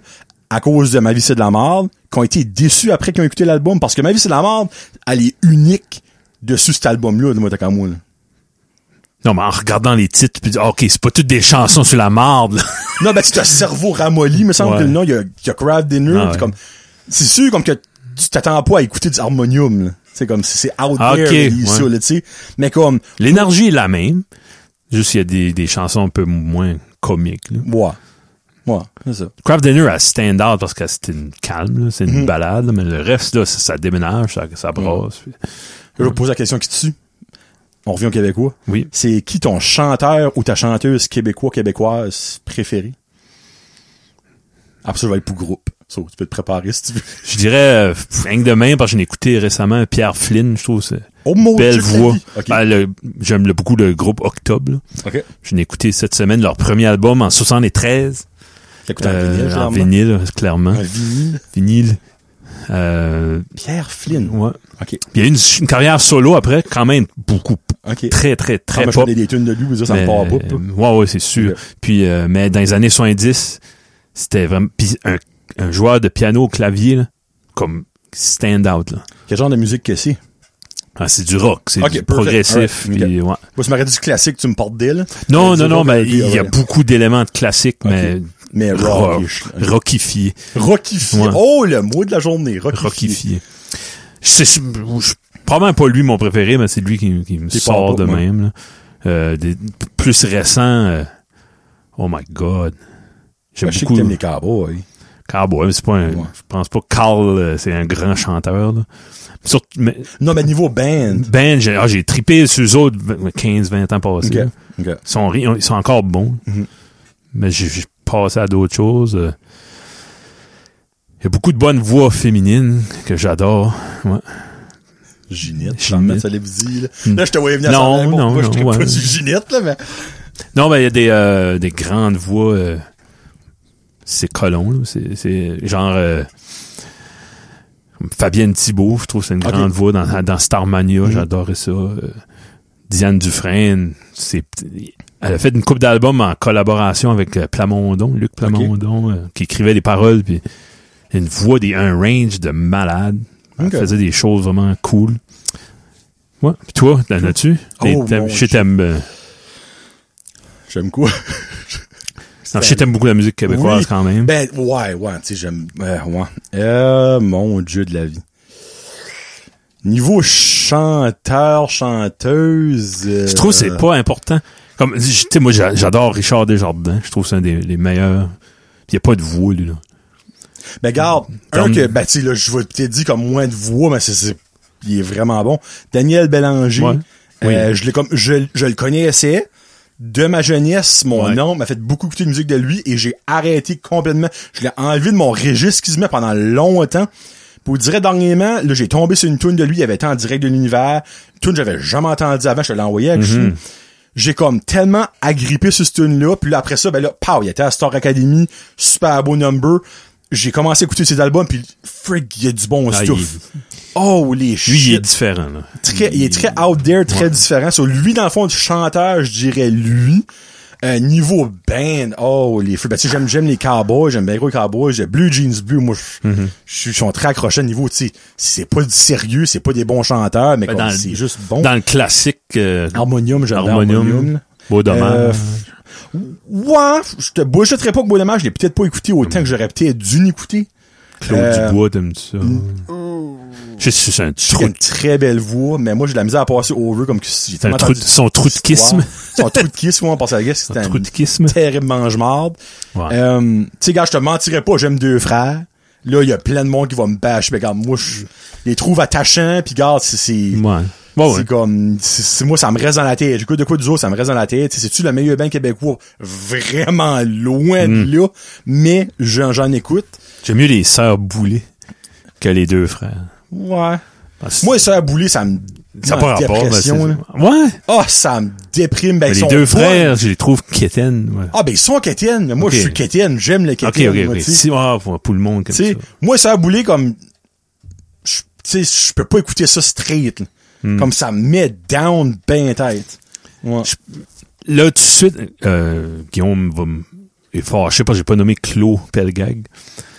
S1: à cause de Ma vie c'est de la merde, qui ont été déçus après qu'ils ont écouté l'album, parce que Ma vie c'est de la merde, elle est unique dessus cet album-là, de Motakamou, là.
S2: Non, mais en regardant les titres, puis ah, OK, c'est pas toutes des chansons sur la marde. là.
S1: Non, ben, tu t'as cerveau ramolli, me semble
S2: Ouais.
S1: que le nom, il y a, il y a Craft Dinner,
S2: Ah
S1: pis
S2: ouais.
S1: comme, c'est sûr, comme que tu t'attends pas à écouter du harmonium, là. C'est comme, c'est c'est out
S2: Ah,
S1: there,
S2: ok,
S1: là, il-
S2: ouais.
S1: ça, là, tu sais. Mais comme,
S2: L'énergie est la même. Juste, il y a des, des chansons un peu moins comiques. là.
S1: ouais. Ouais, c'est ça.
S2: Craft Dinner, elle stand out parce que c'est une calme, là, c'est
S1: Mhm.
S2: une balade, là, mais le reste, là, ça, ça déménage, ça, ça brasse. puis-
S1: Je vais poser la question qui tue. On revient au Québécois.
S2: Oui.
S1: C'est qui ton chanteur ou ta chanteuse québécois-québécoise préférée? Après ça, je vais aller pour groupe. Ça, tu peux te préparer si tu veux.
S2: Je dirais, euh, rien que demain, parce que j'ai écouté récemment Pierre Flynn, je trouve, c'est
S1: Oh mon
S2: belle
S1: Dieu,
S2: voix. Ah.
S1: la vie! Ok.
S2: Ben, le- J'aime le- beaucoup le groupe Octobre. là.
S1: Ok.
S2: Je l'ai écouté cette semaine, leur premier album en 73.
S1: T'écoutes en
S2: euh,
S1: vinyle,
S2: en
S1: généralement?
S2: vinyle, clairement.
S1: Un vinyle.
S2: Vinyle. Euh,
S1: Pierre Flynn.
S2: ouais.
S1: Ok.
S2: Il y a eu une, une carrière solo après, quand même beaucoup,
S1: Ok.
S2: très,
S1: Très
S2: très, très
S1: ah,
S2: pop.
S1: pop. des tunes de lui, ça, ça me
S2: Mais,
S1: part pas.
S2: euh, ouais, ouais, c'est sûr.
S1: Ok.
S2: Puis, euh, mais dans les années 70, c'était vraiment. Puis un, un joueur de piano au clavier, là, comme stand-out. là.
S1: Quel genre de musique que c'est?
S2: Ah, c'est du rock, c'est
S1: Ok,
S2: du
S1: perfect.
S2: progressif.
S1: Alright.
S2: puis, ouais.
S1: Moi, je m'aurais dit du classique, tu me portes d'elle.
S2: Non,
S1: du
S2: non, non,
S1: rock,
S2: mais
S1: ok,
S2: il y a
S1: ouais.
S2: beaucoup d'éléments de classique, mais
S1: Mais rock.
S2: rock, rockifié.
S1: Rockifié.
S2: Ouais.
S1: Oh, le mot de la journée. Rockifié.
S2: Rockifié. C'est c'est- je- probablement pas lui mon préféré, mais c'est lui qui, qui me
S1: T'es
S2: sort
S1: pas
S2: de
S1: en bas, ouais.
S2: même. là. Euh, des- plus récent, euh, oh my god. J'aime
S1: Ben, je sais que
S2: beaucoup.
S1: t'aimes les cowboys.
S2: Cowboy, mais c'est pas un,
S1: Ouais.
S2: je pense pas que Carl, euh, c'est un grand chanteur, là. Surtout, mais
S1: Non, mais niveau band.
S2: Ben, j'ai, ah, j'ai trippé sur eux autres 15, 20 ans passés. là.
S1: Ok. Ok.
S2: Ils sont, ri- ils sont encore bons.
S1: Mhm.
S2: Mais j'ai, j'ai passé à d'autres choses. euh. Il y a beaucoup de bonnes voix féminines que j'adore. Ouais.
S1: Ginette,
S2: Ginette.
S1: Charmette Salibzi, là.
S2: Mm.
S1: Là, je te voyais venir
S2: Non,
S1: sans arrêt. Bon,
S2: non,
S1: moi, je
S2: non,
S1: tripe pas
S2: ouais.
S1: sur Ginette, là, mais.
S2: Non, ben, il y a des, euh, des grandes voix. euh, c'est colon, là. C'est, c'est genre. euh, comme Fabienne Thibault, je trouve que c'est une
S1: Ok. Mhm.
S2: grande voix dans, dans Starmania, j'adorais ça. Euh, Diane Dufresne, c'est, elle a fait une coupe d'albums en collaboration avec euh, Plamondon, Luc Plamondon, euh, qui écrivait des paroles, puis une voix, des, un range de malade. Elle
S1: Ok.
S2: faisait des choses vraiment cool. Ouais. Puis toi, t'en as-tu?
S1: Oh,
S2: T'aimes-
S1: mon
S2: je sais t'aimes, euh,
S1: J'aime quoi?
S2: Non, je sais que t'aimes beaucoup la musique québécoise
S1: Ben, Oui.
S2: quand même.
S1: Ben, ouais, ouais, tu sais, j'aime, ouais, ouais. Euh, mon dieu de la vie. Niveau chanteur, chanteuse. euh,
S2: je trouve que c'est pas important. Comme, tu sais, moi, j'a- j'adore Richard Desjardins. Je trouve que c'est un des les meilleurs. Il n'y a pas de voix, lui, là.
S1: Ben, garde, un
S2: Dom-
S1: que, ben, tu sais, là, je vais peut-être dire comme moins de voix, mais c'est, c'est, il est vraiment bon. Daniel Bélanger.
S2: Ouais.
S1: Euh, je l'ai comme, je, je le connaissais. De ma jeunesse, mon
S2: Ouais.
S1: nom m'a fait beaucoup écouter de musique de lui et j'ai arrêté complètement. Je l'ai enlevé de mon registre qui se met pendant longtemps. Puis vous direz dernièrement, là, j'ai tombé sur une tune de lui, il avait été en direct de l'univers. Une tune que j'avais jamais entendue avant, je te l'ai envoyé avec chou.
S2: Mhm.
S1: J'ai comme tellement agrippé sur cette tune-là, puis là, après ça, ben là, pow, il était à Star Academy, super beau number. J'ai commencé à écouter ses albums, puis frick, il y a du bon
S2: Ah,
S1: stuff. Oh, les
S2: Lui, il est différent, là.
S1: très, il est très out there, très différent. Sur lui, dans le fond, du chanteur, je dirais lui. Euh, niveau band, oh, les feux. Ben, tu sais, j'aime, j'aime les cowboys, j'aime bien gros les cowboys, j'ai Blue Jeans Blue, moi, je,
S2: Mm-hmm.
S1: je- je suis très accroché au niveau, tu sais, c'est pas du sérieux, c'est pas des bons chanteurs, mais
S2: Ben,
S1: comme
S2: dans le-
S1: c'est juste bon.
S2: Dans le classique, euh,
S1: Harmonium, j'adore
S2: Harmonium.
S1: Harmonium.
S2: Beau
S1: Euh,
S2: dommage.
S1: f- ouais, je te bullshitterai pas que Beau Dommage, je l'ai peut-être pas écouté autant que j'aurais peut-être dû l'écouter.
S2: Claude
S1: euh,
S2: Dubois, t'aimes-tu ça? Je sais, c'est un
S1: Il a
S2: trou.
S1: une très belle voix, mais moi, j'ai de la misère à passer over comme que j'ai
S2: C'est un
S1: tellement
S2: trou, de-
S1: entendu-
S2: son trou de kisme.
S1: Ouais. Son trou de kiss, moi, on pense à la guess, c'était
S2: Son
S1: un
S2: trou de kisme.
S1: terrible mange-marde.
S2: Ouais.
S1: Euh, tu sais, gars, je te mentirais pas, j'aime deux frères. Là, il y a plein de monde qui va me bâcher, mais regarde, moi, je les trouve attachants, pis regarde, c'est, c'est,
S2: Ouais. Ouais, ouais.
S1: c'est comme, c'est, c'est- moi, ça me reste dans la tête. J'écoute de quoi du autres, ça me reste dans la tête. Tu sais, C'est-tu le meilleur bain québécois? Vraiment loin
S2: Mm.
S1: de là, mais j'en, j'en écoute.
S2: J'aime mieux les sœurs boulées que les deux frères.
S1: Ouais.
S2: Parce-
S1: Moi, ça a boulé, ça me,
S2: ça n'a
S1: ma
S2: pas rapport, mais c'est-
S1: dépression, là.
S2: Ouais.
S1: Ah, ça me déprime. Ben,
S2: Mais
S1: ils
S2: les
S1: sont
S2: deux
S1: bonnes.
S2: frères, je les trouve quétaines. ouais.
S1: Ah, ben, ils sont quétiennes. Moi,
S2: Ok.
S1: je suis quétienne. J'aime les
S2: Ok,
S1: quétiennes.
S2: ok,
S1: moi,
S2: ok.
S1: tu sais.
S2: Si, ah, pour pour le monde comme
S1: Tu sais,
S2: ça.
S1: moi, ça a boulé comme, je- tu sais, je peux pas écouter ça straight, là.
S2: Hmm.
S1: Comme ça me met down ben tête. Ouais.
S2: Là, tout de suite, euh, Guillaume va me est fâché parce que j'ai pas nommé Clos Pelgag.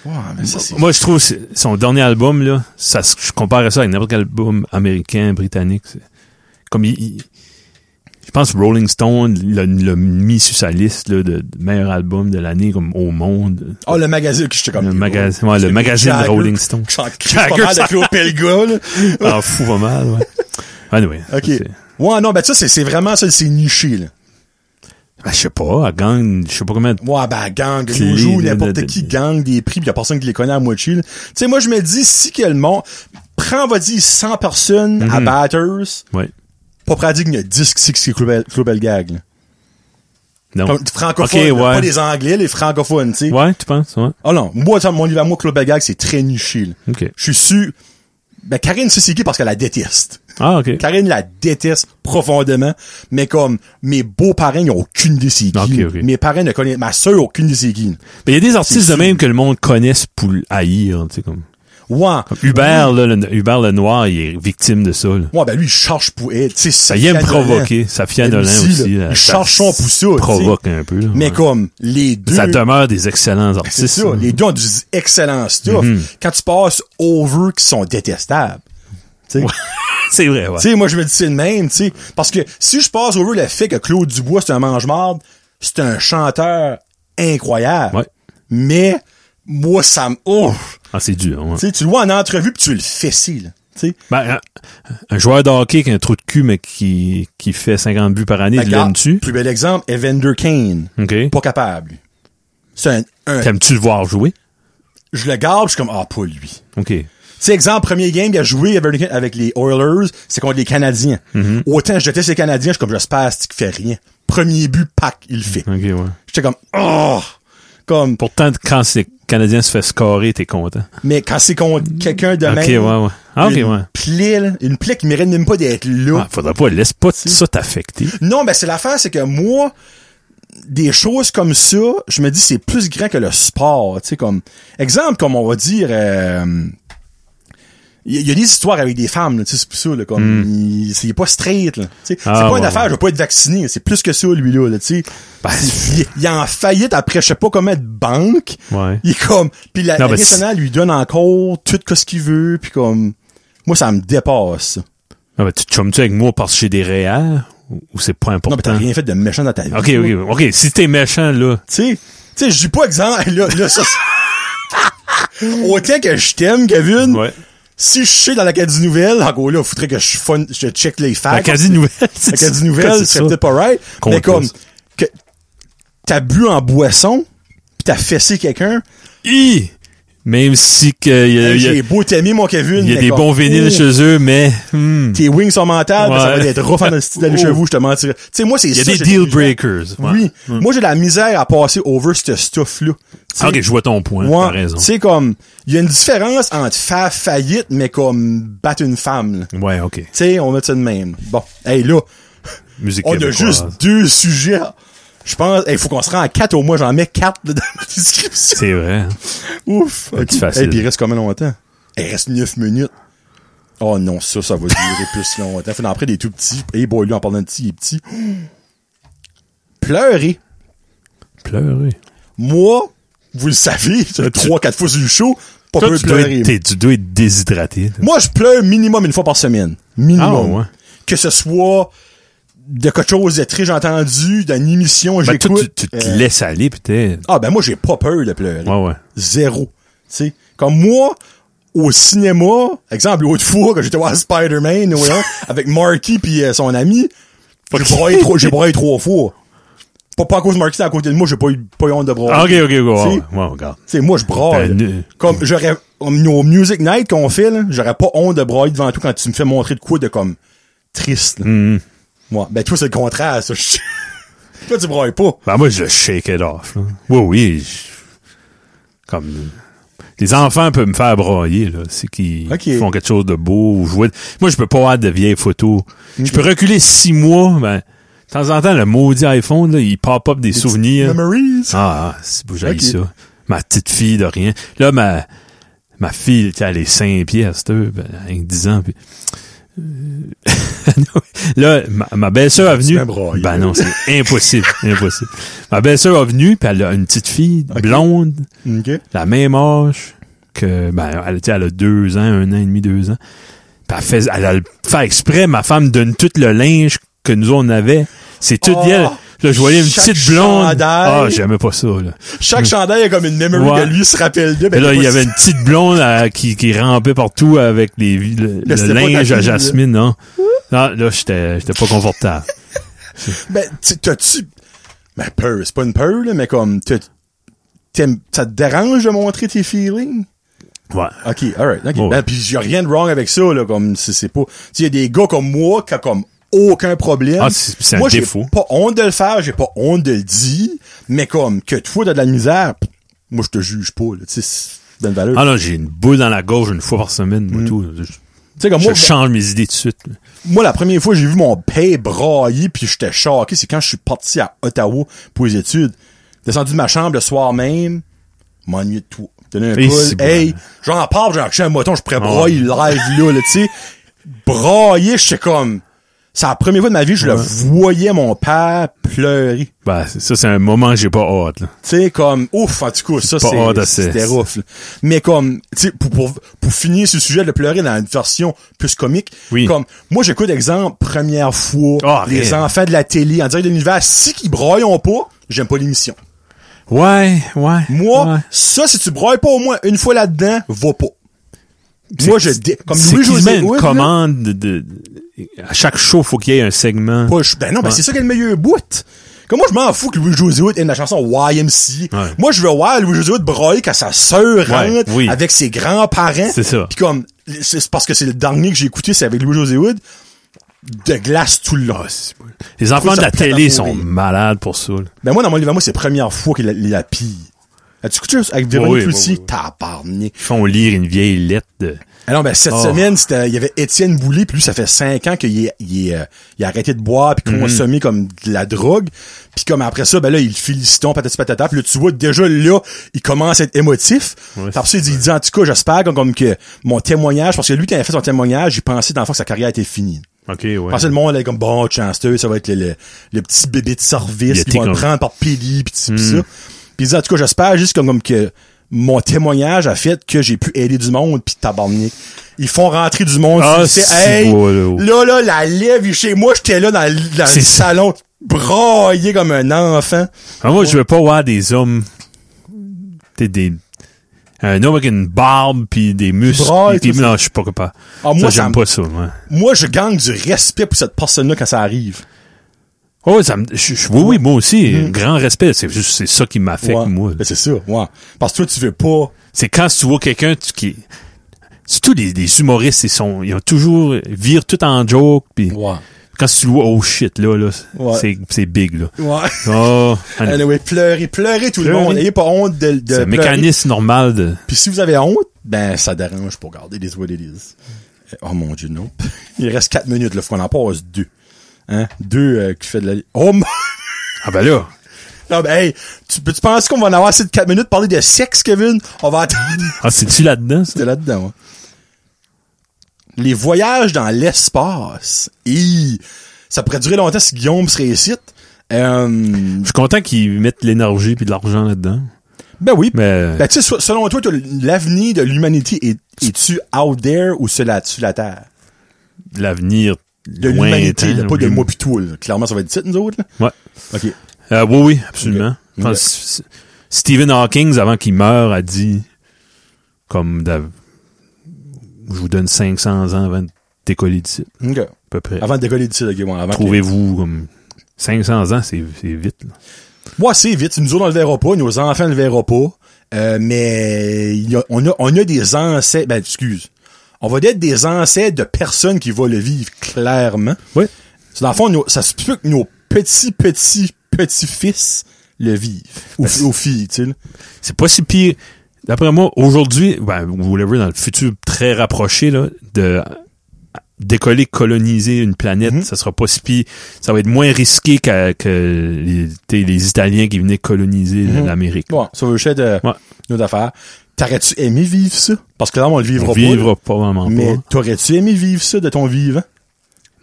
S1: Ouais, mais ça, c'est-
S2: Moi, je trouve c'est- son dernier album, là, ça, se- je compare ça avec n'importe quel album américain, britannique. c'est- Comme il, il- je pense Rolling Stone l'a l'a mis sur sa liste là, de, de meilleur album de l'année comme au monde.
S1: Oh, le magazine, que j'étais comme.
S2: Le magazine, ouais, le magazine de Rolling Stone. Jagger,
S1: Jagger,
S2: ça-
S1: avec Claude Pelga, là.
S2: Ah, fou pas mal, ouais. Anyway. ça,
S1: OK.
S2: c'est-
S1: Ouais, non, ben ça, c'est c'est vraiment ça, c'est niché, là.
S2: Ben, je sais pas, à Gang, je sais pas combien de...
S1: Ouais, ben, gang,
S2: Clé,
S1: nous joue,
S2: là, de-
S1: n'importe
S2: de-
S1: qui gang des prix, pis y a personne qui les connaît à moitié, là. Tu sais, moi, je me dis, si que le monde, prends, on va dire, 100 personnes à
S2: Mhm.
S1: Batters,
S2: Ouais.
S1: pas pratique, il y a 10 qui c'est Club Gag, là.
S2: Non.
S1: Comme des francophones,
S2: Ok,
S1: là,
S2: ouais.
S1: pas les anglais, les francophones, tu sais.
S2: Ouais, tu penses, ouais.
S1: Oh non, moi, ça, mon livre à moi, Club Gag, c'est très niché, là.
S2: OK.
S1: Je suis sûr, ben, Karine Sissiki, parce qu'elle la déteste.
S2: Ah, OK.
S1: Karine la déteste profondément, mais comme mes beaux-parents, ils ont aucune idée c'est qui.
S2: Ok, ok.
S1: Mes parents ne connaissent, ma soeur, aucune idée c'est qui.
S2: Mais il y a des artistes de même que le monde connaisse pour haïr, tu sais, comme...
S1: Ouais.
S2: Hubert, là, le, Hubert Lenoir, il est victime de ça, là.
S1: Ouais, ben lui, il charge pour elle. Tu sais,
S2: Ça y aime
S1: Sophia Nolin.
S2: provoquer. Safia
S1: Elle
S2: Nolin
S1: aussi,
S2: aussi.
S1: là,
S2: là,
S1: il
S2: ça
S1: charge son pousseau, tu sais.
S2: Provoque un peu, là.
S1: Mais
S2: ouais.
S1: comme, les deux.
S2: Ça demeure des excellents
S1: C'est
S2: artistes.
S1: ça.
S2: là.
S1: Les deux ont du excellent stuff.
S2: Mm-hmm.
S1: Quand tu passes over qui sont détestables. Tu sais.
S2: C'est vrai, ouais.
S1: Tu sais, moi, je me dis c'est le même, tu sais. Parce que si je passe over le fait que Claude Dubois, c'est un mange-marde, c'est un chanteur incroyable.
S2: Ouais.
S1: Mais, moi, ça me, ouf!
S2: Ah, c'est dur, ouais.
S1: Tu sais, tu le vois en entrevue puis tu le fessies, là. Tu sais.
S2: Ben, un, un joueur de hockey qui a un trou de cul, mais qui, qui fait 50 buts par année, tu
S1: Ben, Regarde,
S2: l'aimes-tu?
S1: Plus bel exemple, Evander Kane.
S2: OK.
S1: Pas capable, lui. C'est un, un-
S2: T'aimes-tu le voir jouer?
S1: je le garde, je suis comme, ah, pas lui.
S2: OK.
S1: Tu sais, exemple, premier game, il a joué Evander Kane avec les Oilers, c'est contre les Canadiens.
S2: Mm-hmm.
S1: Autant je déteste les Canadiens, je suis comme, j'espère, c'est qu'il fait rien. Premier but, pack, il le fait.
S2: OK, ouais.
S1: J'étais comme, oh! Comme,
S2: Pourtant, quand le Canadien se fait scorer, t'es content.
S1: mais quand c'est contre quelqu'un de
S2: OK,
S1: même.
S2: ouais, ouais. Ah, OK,
S1: une
S2: ouais.
S1: Plaie, là, une plaie qui mérite même pas d'être là.
S2: Ah, faudrait pas, laisse pas ça t'affecter.
S1: Non, ben c'est l'affaire, c'est que moi, des choses comme ça, je me dis c'est plus grand que le sport. Tu sais, comme exemple, comme on va dire, euh, il y, a- il y a des histoires avec des femmes, là, tu sais, c'est plus ça, là, comme il, c'est il est pas straight. Là, tu sais. c'est
S2: Hmm. Ah,
S1: pas
S2: ouais,
S1: une affaire,
S2: ouais. Ben,
S1: je vais pas être vacciné. C'est plus que ça, lui-là. Là, tu sais. il, il est en faillite après je sais pas combien de banques.
S2: Ouais.
S1: Il est comme. Puis la,
S2: Non,
S1: la
S2: mais c'est-
S1: nationale lui donne encore tout ce qu'il veut. Puis comme. Moi, ça me dépasse.
S2: Ah, ben, tu te chummes-tu avec moi parce que j'ai des réels? Ou, ou c'est pas important?
S1: Non, mais t'as rien fait de méchant dans ta vie.
S2: Hein. OK, OK, OK. Si t'es méchant, là,
S1: Tu sais, tu sais, je dis pas exemple. Là, là, ça, c'est- Autant que je t'aime, Kevin.
S2: Ouais.
S1: Si je suis dans la Acadie Nouvelle, en gros, là, faudrait que je, fun, je check les facts.
S2: la quasi nouvelle. c'est-
S1: La Acadie
S2: c'est
S1: Nouvelle,
S2: ça.
S1: c'est peut-être pas right. Mais
S2: Contre
S1: comme,
S2: ça.
S1: que t'as bu en boisson, pis t'as fessé quelqu'un,
S2: Hi! Même si que il y a, il Euh, y a-
S1: j'ai beau t'aimer, mon Kevin.
S2: il y a
S1: mais
S2: des
S1: comme,
S2: bons
S1: ouh,
S2: vinyles chez eux, mais hmm,
S1: tes wings sont mentales, ben, ça
S2: Ouais.
S1: va être rough en hostie d'aller
S2: Oh.
S1: chez vous, je te mentirais. Tu sais, moi, c'est
S2: il y a
S1: ça,
S2: des
S1: j'ai
S2: deal
S1: des-
S2: breakers. ouais.
S1: Oui. Moi, j'ai de la misère à passer over ce stuff-là. Tu sais,
S2: Ah, ok, je vois ton point.
S1: moi,
S2: T'as raison.
S1: Tu sais, comme, il y a une différence entre faire faillite, mais comme battre une femme, là. Tu
S2: Ouais, ok.
S1: sais, on met ça de même. Bon. Hey, là,
S2: Musique
S1: on a
S2: québécoise.
S1: juste deux sujets. Je pense, il faut qu'on se rende à quatre au moins, j'en mets quatre là, dans la description.
S2: C'est vrai. hein.
S1: Ouf.
S2: petit
S1: Ok.
S2: facile.
S1: Hey, puis il reste combien longtemps? Il reste neuf minutes. Oh non, ça, ça va durer plus longtemps. Faut en prendre des tout petits. Hey boy, lui, en parlant de petit, il est petit. Pleurer.
S2: Pleurer.
S1: Moi, vous le savez, ça fait
S2: Tu-
S1: trois, quatre fois sur le show, pas
S2: Toi,
S1: peu
S2: tu dois,
S1: pleurer.
S2: être, t'es- tu dois être déshydraté. là.
S1: Moi, je pleure minimum une fois par semaine. Minimum.
S2: Ah, ouais.
S1: Que ce soit de quelque chose de très entendu, d'une émission,
S2: Ben, toi, tu,
S1: j'écoute.
S2: tu te
S1: euh,
S2: laisses aller, peut-être.
S1: Ah, ben moi, j'ai pas peur de pleurer.
S2: Ouais, ouais.
S1: Zéro. Tu sais, comme moi, au cinéma, exemple, l'autre fois, quand j'étais voir Spider-Man, ouais, hein, avec Marky puis euh, son ami, j'ai braillé trois, j'ai braillé trois fois. Pas, pas à cause de Marky, c'est à côté de moi, j'ai pas eu, pas eu honte de brailler.
S2: Ah, ok, ok, ok. Ouais,
S1: Si.
S2: ouais, ouais, regarde.
S1: Tu sais, moi, je braille.
S2: Ben, euh,
S1: comme, j'aurais, comme nos Music Night qu'on fait, là, j'aurais pas honte de brailler devant tout quand tu me fais montrer de quoi de comme, triste, là.
S2: Mm-hmm.
S1: Moi, ben, toi, c'est le contraire, ça. toi, tu brailles pas.
S2: Ben, moi, je shake it off. là. Oui, oui. je- Comme. Les enfants peuvent me faire broyer, là. C'est qu'ils
S1: Ok.
S2: font quelque chose de beau ou jouer. Moi, je peux pas avoir de vieilles photos. Je peux reculer six mois, ben, de temps en temps, le maudit iPhone, là, il pop up des souvenirs.
S1: Memories.
S2: Ah, ah, c'est beau, j'haïs
S1: Ok.
S2: ça. Ma petite fille de rien. Là, ma, ma fille, tu sais, elle est 5 pieds à cette heure, ben, elle a 10 ans. Puis... Euh, là, ma, ma belle-sœur est venue.
S1: bien braillé.
S2: Ben non, c'est impossible, impossible. Ma belle-sœur est venue, puis elle a une petite fille blonde,
S1: Ok.
S2: la même âge que, ben, elle, tu sais, elle a 2 ans, 1 an et demi, 2 ans. Puis elle, fait, elle a le fait exprès, ma femme donne tout le linge que nous on avait. C'est tout
S1: Oh!
S2: elle. Là, je voyais une
S1: Chaque
S2: petite blonde.
S1: chandail.
S2: Ah, j'aimais pas ça, là.
S1: Chaque chandail a comme une memory
S2: Mm. Ouais.
S1: que lui se rappelle de.
S2: Et
S1: Ben,
S2: là, il y
S1: pas-
S2: avait une petite blonde euh, qui, qui rampait partout avec les, le, le
S1: c'était pas ta
S2: linge à
S1: fille, là.
S2: Jasmine, non? Là, là j'étais j'étais pas confortable.
S1: Ben, tu- t'as-tu. Ben, peur, c'est pas une peur, là, mais comme. t'as- t'aimes- Ça te dérange de montrer tes feelings?
S2: Ouais.
S1: Ok, alright, ok.
S2: Ouais.
S1: Ben, pis y a rien de wrong avec ça, là, comme, c'est, c'est pas, tu y a des gars comme moi qui a comme aucun problème.
S2: Ah, c'est- c'est un
S1: moi, j'ai
S2: défaut.
S1: pas honte de le faire, j'ai pas honte de le dire, mais comme, que toi t'as de la misère, pff, moi je te juge pas, là, tu sais, c'est une valeur.
S2: Ah non, j'ai une boule dans la gorge une fois par semaine, moi, tout. Je,
S1: Mm. tu sais, comme
S2: je
S1: moi,
S2: change mes idées tout de suite. là.
S1: moi, la première fois, j'ai vu mon père brailler puis j'étais choqué, c'est quand je suis parti à Ottawa pour les études. Descendu de ma chambre le soir même, m'ennuie de toi. Donner un
S2: Et
S1: coup,
S2: c'est bon.
S1: hey, j'en parle, j'ai accroché un moton, je pourrais brailler live, là, là, tu sais. Brailler, j'étais comme, c'est la première fois de ma vie, je le voyais, mon père pleurer.
S2: Ben, c'est- ça, c'est un moment que j'ai pas hâte, là.
S1: Tu sais, comme, ouf, en tout cas, ça,
S2: pas hard à
S1: c'est, c'était
S2: six.
S1: rough. là. Mais comme, tu sais, pour, pour, pour finir sur le sujet de pleurer dans une version plus comique,
S2: Oui.
S1: comme, moi, j'écoute, exemple, première fois,
S2: Ah,
S1: les
S2: rien.
S1: enfants de la télé, en direct de l'univers, si qu'ils broient pas, j'aime pas l'émission.
S2: Ouais, ouais.
S1: Moi,
S2: ouais.
S1: ça, si tu broilles pas au moins une fois là-dedans, va pas. Moi, je dis, comme
S2: c'est quasiment
S1: Louis-José
S2: une
S1: Hood, là,
S2: commande de, de- à chaque show, faut qu'il y ait un segment.
S1: pas- je- ben non, ben
S2: Ouais.
S1: c'est ça qui est le meilleur bout. Comme moi, je m'en fous que Louis-José Hood aime la chanson YMC.
S2: Ouais.
S1: Moi, je veux voir Louis-José Hood broyer quand sa sœur
S2: Ouais,
S1: rentre
S2: oui.
S1: avec ses grands-parents.
S2: C'est ça.
S1: Puis comme, c'est c'est parce que c'est le dernier que j'ai écouté, c'est avec Louis-José Hood, de glace tout le
S2: Ah,
S1: long.
S2: Les enfants
S1: ça
S2: de la
S1: me fait
S2: télé
S1: mourir.
S2: sont malades pour ça. là.
S1: Ben moi, dans mon livre, à moi, c'est la première fois qu'il a la pille. As-tu écouté ça avec
S2: Oui,
S1: Véronique
S2: oui,
S1: Cloutier?
S2: oui, oui.
S1: Tabarnak.
S2: Ils font lire une vieille lettre de...
S1: Alors ben cette
S2: Oh.
S1: semaine, c'était- il y avait Étienne Boulay, puis lui ça fait cinq ans qu'il est- il est, euh, il a arrêté de boire puis
S2: Mhm.
S1: consommer comme de la drogue, puis comme après ça ben là il félicitons patati patata, puis là tu vois déjà là, il commence à être émotif.
S2: Ouais,
S1: Puis après ça, il dit, il dit, en tout cas, j'espère comme, comme que mon témoignage parce que lui quand il a fait son témoignage, j'ai pensé dans le fond que sa carrière était finie.
S2: OK, ouais.
S1: Parce que le monde est comme bon chanceux, ça va être le, le, le petit bébé de
S2: Il
S1: service
S2: était
S1: qui va le
S2: comme- Hmm.
S1: prendre par Pili pis ci, pis ça. Puis il dit en tout cas j'espère juste comme, comme que mon témoignage a fait que j'ai pu aider du monde pis tabarnak. Ils font rentrer du monde.
S2: Ah,
S1: tu sais,
S2: si,
S1: hey,
S2: voilà.
S1: là, là, la lève est chez moi, j'étais là dans, le- dans
S2: C'est
S1: le
S2: ça.
S1: salon braillé comme un enfant.
S2: Ah, moi, je veux pas voir des hommes... T'es des... Un homme avec une barbe, puis des muscles,
S1: Bras et
S2: puis
S1: tout
S2: non, je suis pas capable.
S1: Ah, moi, ça
S2: ça, j'aime
S1: me-
S2: pas ça, moi.
S1: Moi, je gagne du respect pour cette personne-là quand ça arrive.
S2: Oh, ça me... je- je- oui, oui, moi aussi, grand respect. C'est juste, c'est ça qui m'affecte,
S1: Mm-hmm. Ouais.
S2: moi.
S1: Ben, C'est ça, ouais. Parce que toi, tu veux pas.
S2: C'est quand tu vois quelqu'un tu- qui... Surtout les, les humoristes, ils sont, ils ont toujours, virent tout en joke, puis quand tu le vois, oh shit, là, là,
S1: Ouais.
S2: c'est, c'est big, là.
S1: Ouais.
S2: Oh, ah non.
S1: Anyway, pleurez, pleurez tout
S2: Pleurez.
S1: le monde. N'ayez pas honte de, de
S2: c'est
S1: pleurer.
S2: un mécanisme normal de...
S1: Puis si vous avez honte, ben ça dérange pour garder des what it is. Euh, Oh mon dieu, non. Il reste 4 minutes, là. Faut qu'on en passe deux. Hein? Deux euh, qui fait de la... Oh mon...
S2: Ah ben là,
S1: Non, ben, hey, tu, tu penses qu'on va en avoir assez de 4 minutes pour parler de sexe, Kevin? On va attendre.
S2: ah, c'est-tu là-dedans, ça?
S1: C'était là-dedans, hein. Les voyages dans l'espace. Hi! ça pourrait durer longtemps si Guillaume serait ici. Euh,
S2: Je suis content qu'ils mettent de l'énergie puis de l'argent là-dedans.
S1: ben oui,
S2: Mais
S1: Ben, tu sais, so- selon toi, toi, l'avenir de l'humanité est, es-tu out there ou sur la, sur la terre?
S2: l'avenir
S1: De l'humanité, là, pas de moi
S2: moi.
S1: pis toi, là. Clairement, ça va être ça, nous autres, là.
S2: Ouais.
S1: OK.
S2: Euh, oui, oui, absolument. Je pense
S1: Ok.
S2: que S- Stephen Hawking, avant qu'il meure, a dit comme d'av- je vous donne 500 ans avant de décoller d'ici, à
S1: OK.
S2: peu près.
S1: Avant de décoller d'ici, là, OK, ouais, avant que-
S2: Trouvez-vous comme 500 ans, c'est c'est vite. là.
S1: Moi, c'est vite. Nous autres, on le verra pas. Nos enfants le verront pas. Euh, mais il y a- on, a, on a des ancêtres... Ben, excuse. On va être des ancêtres de personnes qui vont le vivre, clairement.
S2: Oui.
S1: C'est Dans le fond, nos- ça se peut que nos petits, petits, petits-fils le vivent. Ou,
S2: Ben, c'est-
S1: ou filles, tu sais, là.
S2: C'est pas si pire. D'après moi, aujourd'hui, ben, vous le verrez dans le futur très rapproché, là, de décoller, coloniser une planète,
S1: Mhm.
S2: ça sera pas si pire. Ça va être moins risqué qu'à- que les, t'sais, les Italiens qui venaient coloniser
S1: Mhm.
S2: l'Amérique.
S1: Ouais, ça veut juste être euh,
S2: Ouais.
S1: nos affaires. T'aurais-tu aimé vivre ça? Parce que là, on le vivra
S2: On
S1: pas.
S2: vivra
S1: là.
S2: pas vraiment
S1: mais
S2: pas.
S1: t'aurais-tu aimé vivre ça de ton vivant?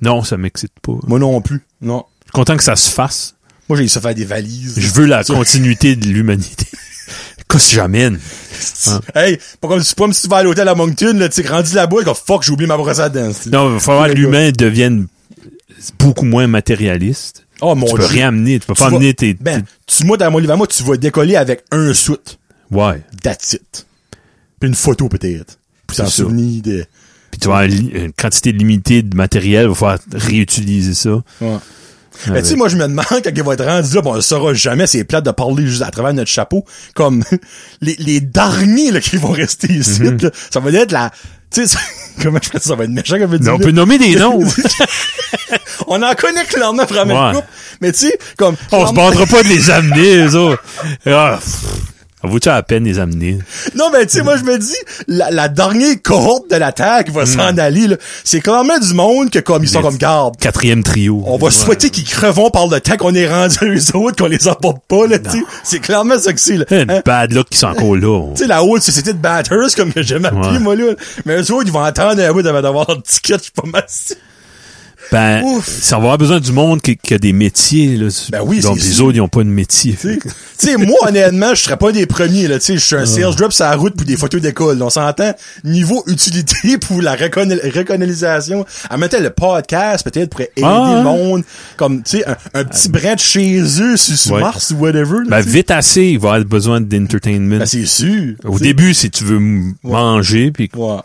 S2: Non, ça m'excite pas. Je
S1: Moi non plus. Non.
S2: suis content que ça se fasse.
S1: Moi, j'ai eu ça faire des valises.
S2: Je veux la continuité de l'humanité. Qu'est-ce que j'amène?
S1: Hey, pas comme, c'est pas comme si tu vas à l'hôtel à Moncton, là, tu sais, grandi là-bas, et comme fuck, j'ai oublié ma brosse à dents. tu sais.
S2: Non, il va falloir que l'humain devienne c'est beaucoup moins matérialiste.
S1: Oh mon
S2: tu peux
S1: dieu.
S2: rien amener, tu peux
S1: Tu
S2: pas
S1: vas-
S2: amener tes,
S1: Ben, tu, moi, dans mon livre à moi, tu vas décoller avec un soute.
S2: tes- ouais.
S1: That's it. Puis une photo, peut-être. Puis
S2: C'est
S1: t'en
S2: ça.
S1: souvenir de.
S2: Puis tu vas avoir li- une quantité limitée de matériel, il va falloir réutiliser ça.
S1: Ouais. Mais
S2: Avec-
S1: Ben, tu sais, moi, je me demande quand il va être rendu là, bon, on le saura jamais, c'est plate de parler juste à travers notre chapeau, comme les, les derniers là, qui vont rester ici,
S2: Mhm.
S1: là, ça va être la... Tu sais, ça- comment je fais ça? Ça va être méchant comme
S2: Mais
S1: dire,
S2: on
S1: là.
S2: peut nommer des noms.
S1: On en connaît clairement vraiment
S2: Ouais.
S1: couple, mais tu sais, comme...
S2: on se battra pas de les amener, eux autres. Ah, pff, vaut-tu à peine les amener?
S1: Non, mais tu sais, moi, je me dis, la, la dernière cohorte de la Terre qui va
S2: Mm.
S1: s'en aller, là, c'est clairement du monde que comme ils sont
S2: Mais-
S1: comme garde.
S2: Quatrième trio.
S1: On va
S2: Ouais.
S1: souhaiter qu'ils crevons par le temps qu'on est rendu eux autres, qu'on les emporte pas, là, tu sais. C'est clairement ça que c'est, là.
S2: Une
S1: Hein?
S2: bad luck qui sont encore là. on-
S1: Tu sais, la haute société de batters, comme que j'aime appeler,
S2: Ouais.
S1: moi, là. Mais eux autres, ils vont attendre un bout avant d'avoir leur ticket, je suis pas mal sûr.
S2: Ben,
S1: Ouf.
S2: ça va avoir besoin du monde qui, qui a des métiers. Là.
S1: Ben oui,
S2: Donc,
S1: c'est
S2: les
S1: sûr.
S2: autres, ils n'ont pas de métier.
S1: Tu sais, moi, honnêtement, je serais pas un des premiers, là. Tu sais, je suis un Serge Drop sur la route pour des photos d'école. On s'entend. Niveau utilité pour la reconna- reconnaissance. En même temps, le podcast, peut-être, pourrait aider
S2: Ah,
S1: le
S2: hein. Ah.
S1: monde. Comme, tu sais, un, un petit brin de chez eux sur, sur
S2: Ouais.
S1: Mars ou whatever. là,
S2: Ben,
S1: tu sais.
S2: vite assez, il va avoir besoin d'entertainment.
S1: Ben, c'est sûr.
S2: Au
S1: Tu sais,
S2: début, si tu veux m- manger, puis
S1: Ouais.
S2: ben,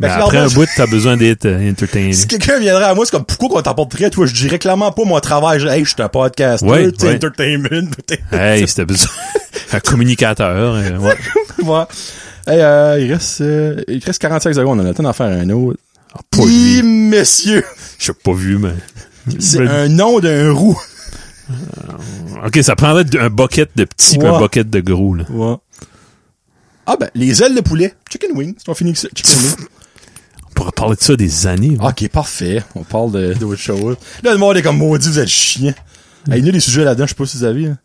S1: Ben,
S2: après
S1: clairement,
S2: un
S1: je-
S2: bout, t'as besoin d'être euh, entertainé.
S1: Si quelqu'un viendrait à moi, c'est comme pourquoi qu'on t'apporterait, toi, je dirais clairement pas mon travail. Je, hey, je suis un podcast,
S2: Ouais,
S1: tu sais,
S2: ouais.
S1: entertainment, peut-être.
S2: Hey, c'était besoin. un communicateur. euh, ouais.
S1: Ouais. Hey, euh, il reste, euh, il reste 45 secondes. On a le temps d'en faire un autre.
S2: Ah, pas
S1: Hi,
S2: vu.
S1: monsieur!
S2: Je l'ai pas vu, mais.
S1: C'est
S2: Ben,
S1: un nom d'un roux.
S2: Ok, ça prendrait d- un bucket de petit puis
S1: Ouais.
S2: un bucket de gros. Là.
S1: Ouais. Ah, ben, les ailes de poulet. Chicken wing. Si on finit avec ça. Chicken wing.
S2: On pourrait parler de ça des années. ouais.
S1: Ah, Ok, parfait. On parle de- d'autre chose. Là, le monde est comme maudit, vous êtes chien. Hey, il y a des sujets là-dedans, je sais pas si vous avez. hein.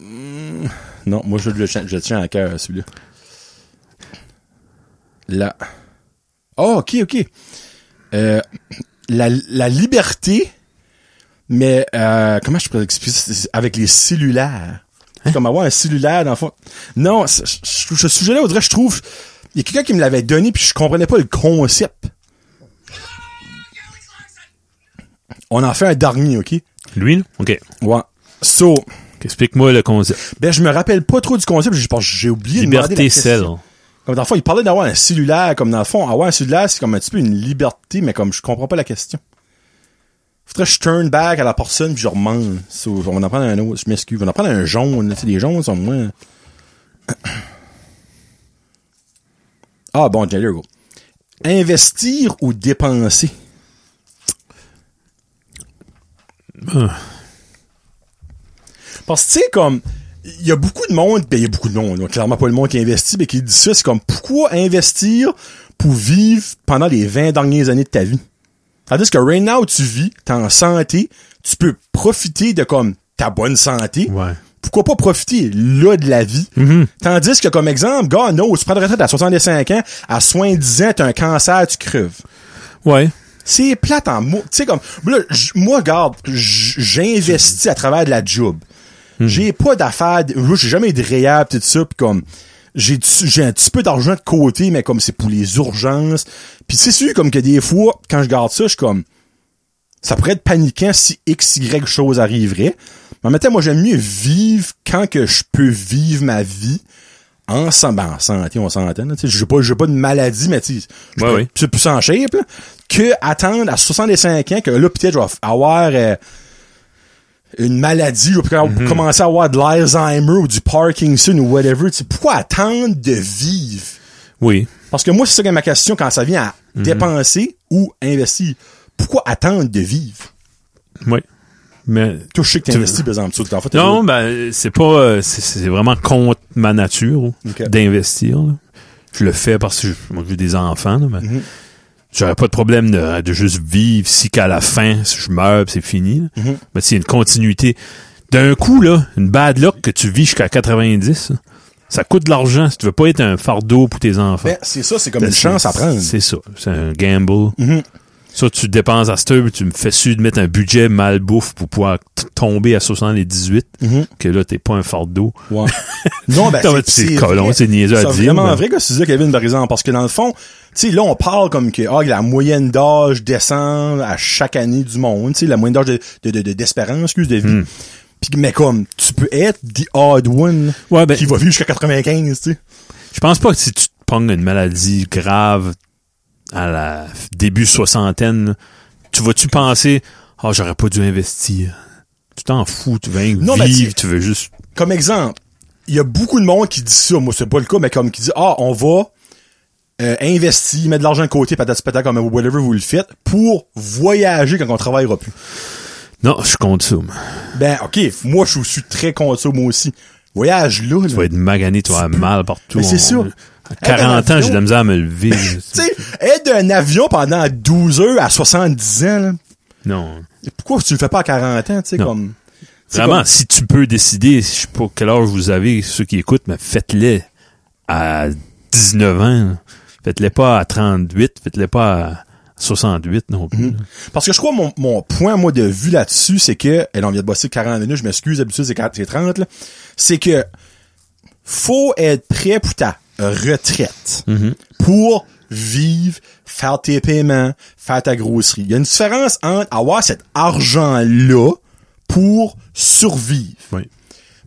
S1: Hmm. Non, moi, je le tiens, je le tiens à cœur, celui-là. Là. Oh, ok, ok. Euh, la, la liberté, mais euh, comment je pourrais expliquer ça? C'est Avec les cellulaires. C'est comme avoir un cellulaire, dans le fond. Non, c'est- je- je- ce sujet-là, Audrey, je trouve... Il y a quelqu'un qui me l'avait donné, puis je comprenais pas le concept. On en fait un dernier, OK?
S2: Lui, là? Ok.
S1: Ouais. So,
S2: Explique-moi le concept.
S1: ben, je me rappelle pas trop du concept, je pense que j'ai oublié de demander
S2: Liberté
S1: la question.
S2: celle.
S1: Comme dans le fond, il parlait d'avoir un cellulaire, comme dans le fond, avoir un cellulaire, c'est comme un petit peu une liberté, mais comme je comprends pas la question. Faudrait que je turn back à la personne puis je remande. So, on va en prendre un autre, je m'excuse. On va en prendre un jaune, là. tu sais, les jaunes sont moins... Ah bon, there you go. Investir ou dépenser? Parce que, tu sais, comme, il y a beaucoup de monde, ben, il y a beaucoup de monde, là, clairement pas le monde qui investit, mais qui dit ça, c'est comme, pourquoi investir pour vivre pendant les 20 dernières années de ta vie? Tandis que right now, tu vis, t'es en santé, tu peux profiter de, comme, ta bonne santé.
S2: Ouais.
S1: Pourquoi pas profiter, là, de la vie? Tandis que, comme exemple, gars, non, tu prends de retraite à 65 ans, à 70 ans, t'as un cancer, tu creves.
S2: Ouais.
S1: C'est plate en mots. Tu sais, comme, là, j- moi, regarde, j- j'investis à travers de la job. J'ai pas d'affaires, de- moi, j'ai jamais eu de réhab, tout ça, pis comme, j'ai du- j'ai un petit peu d'argent de côté, mais comme c'est pour les urgences. Puis c'est sûr, comme que des fois, quand je garde ça, je suis comme, ça pourrait être paniquant si X, Y chose arriverait. Mais en même temps, moi, j'aime mieux vivre quand que je peux vivre ma vie en, san- ben, en santé, on s'entend. là. Tu sais, J'ai pas, j'ai pas de maladie, mais tu sais, je
S2: Ouais,
S1: peux-
S2: ouais.
S1: je suis plus en shape, là, que attendre à 65 ans que là, peut-être, je vais avoir euh, une maladie, ou peut-être
S2: Mm-hmm.
S1: commencer à avoir de l'Alzheimer ou du Parkinson ou whatever. Tu sais, pourquoi attendre de vivre?
S2: Oui.
S1: Parce que moi, c'est ça qui est ma question quand ça vient à
S2: Mm-hmm.
S1: dépenser ou investir. Pourquoi attendre de vivre?
S2: Oui. Mais
S1: Toi, je sais que
S2: Tu-
S1: t'investis, par exemple, ça, t'en fais
S2: Non, ben c'est pas euh, c'est- c'est vraiment contre ma nature hein,
S1: Ok.
S2: d'investir. là. Je le fais parce que je- moi, j'ai des enfants, là, mais j'aurais pas de problème de, de juste vivre si qu'à la fin si je meurs, puis c'est fini. là. Mais s'il y a une continuité, d'un coup là, une bad luck que tu vis jusqu'à 90, là, ça coûte de l'argent si tu veux pas être un fardeau pour tes enfants.
S1: Ben, c'est ça, c'est comme une
S2: C'est-
S1: chance à prendre.
S2: C'est ça, c'est un gamble.
S1: Mhm.
S2: Ça, tu dépenses à cette heure, puis tu me fais su de mettre un budget mal bouffe pour pouvoir t- tomber à 78,
S1: Mhm.
S2: que là, t'es pas un fardeau.
S1: Ouais. non, ben,
S2: Non, mais c'est colon,
S1: vrai.
S2: c'est niaiseux à
S1: C'est
S2: dire,
S1: vraiment
S2: mais-
S1: vrai que c'est ça, Kevin, par exemple, parce que dans le fond, tu sais, là, on parle comme que, ah, la moyenne d'âge descend à chaque année du monde, tu sais, la moyenne d'âge de, de, de- de- d'espérance, excuse, de vie.
S2: Hmm.
S1: Puis, mais comme, tu peux être the odd one
S2: Ouais, ben,
S1: qui va vivre jusqu'à 95, tu sais.
S2: je pense pas que si tu te pognes une maladie grave à la f- début soixantaine, là, tu vas-tu penser, ah, j'aurais pas dû investir. Tu t'en fous, tu veux
S1: Non, ben,
S2: vivre,
S1: tu-
S2: tu veux juste
S1: Comme exemple, il y a beaucoup de monde qui dit ça, moi, c'est pas le cas, mais comme qui dit, ah, on va euh, investir, mettre de l'argent de côté, patati patata, comme whatever vous le faites, pour voyager quand on travaillera plus.
S2: Non, je compte ça. moi.
S1: Ben, OK, moi, je suis très contre ça, moi aussi. Voyage là, là.
S2: Tu vas être magané, tu vas avoir mal partout.
S1: Mais c'est
S2: On-
S1: sûr.
S2: À
S1: Eh
S2: 40
S1: ben,
S2: ans,
S1: l'avion-
S2: j'ai de la misère à me lever.
S1: Tu sais, être d'un avion pendant 12 heures à 70 ans, là,
S2: non.
S1: pourquoi tu le fais pas à 40 ans, tu sais,
S2: Non.
S1: comme... c'est
S2: Vraiment,
S1: comme-
S2: si tu peux décider, je sais pas quel âge vous avez, ceux qui écoutent, mais faites-les à 19 ans. là. Faites-les pas à 38, faites-les pas à 68 non
S1: Mhm.
S2: plus. là.
S1: Parce que je crois mon, mon point, moi, de vue là-dessus, c'est que... Et là, on vient de bosser 40 minutes, je m'excuse, d'habitude, c'est 40 c'est 30, là. C'est que faut être prêt pour ta retraite. Pour vivre, faire tes paiements, faire ta grosserie. Il y a une différence entre avoir cet argent-là pour survivre.
S2: Oui.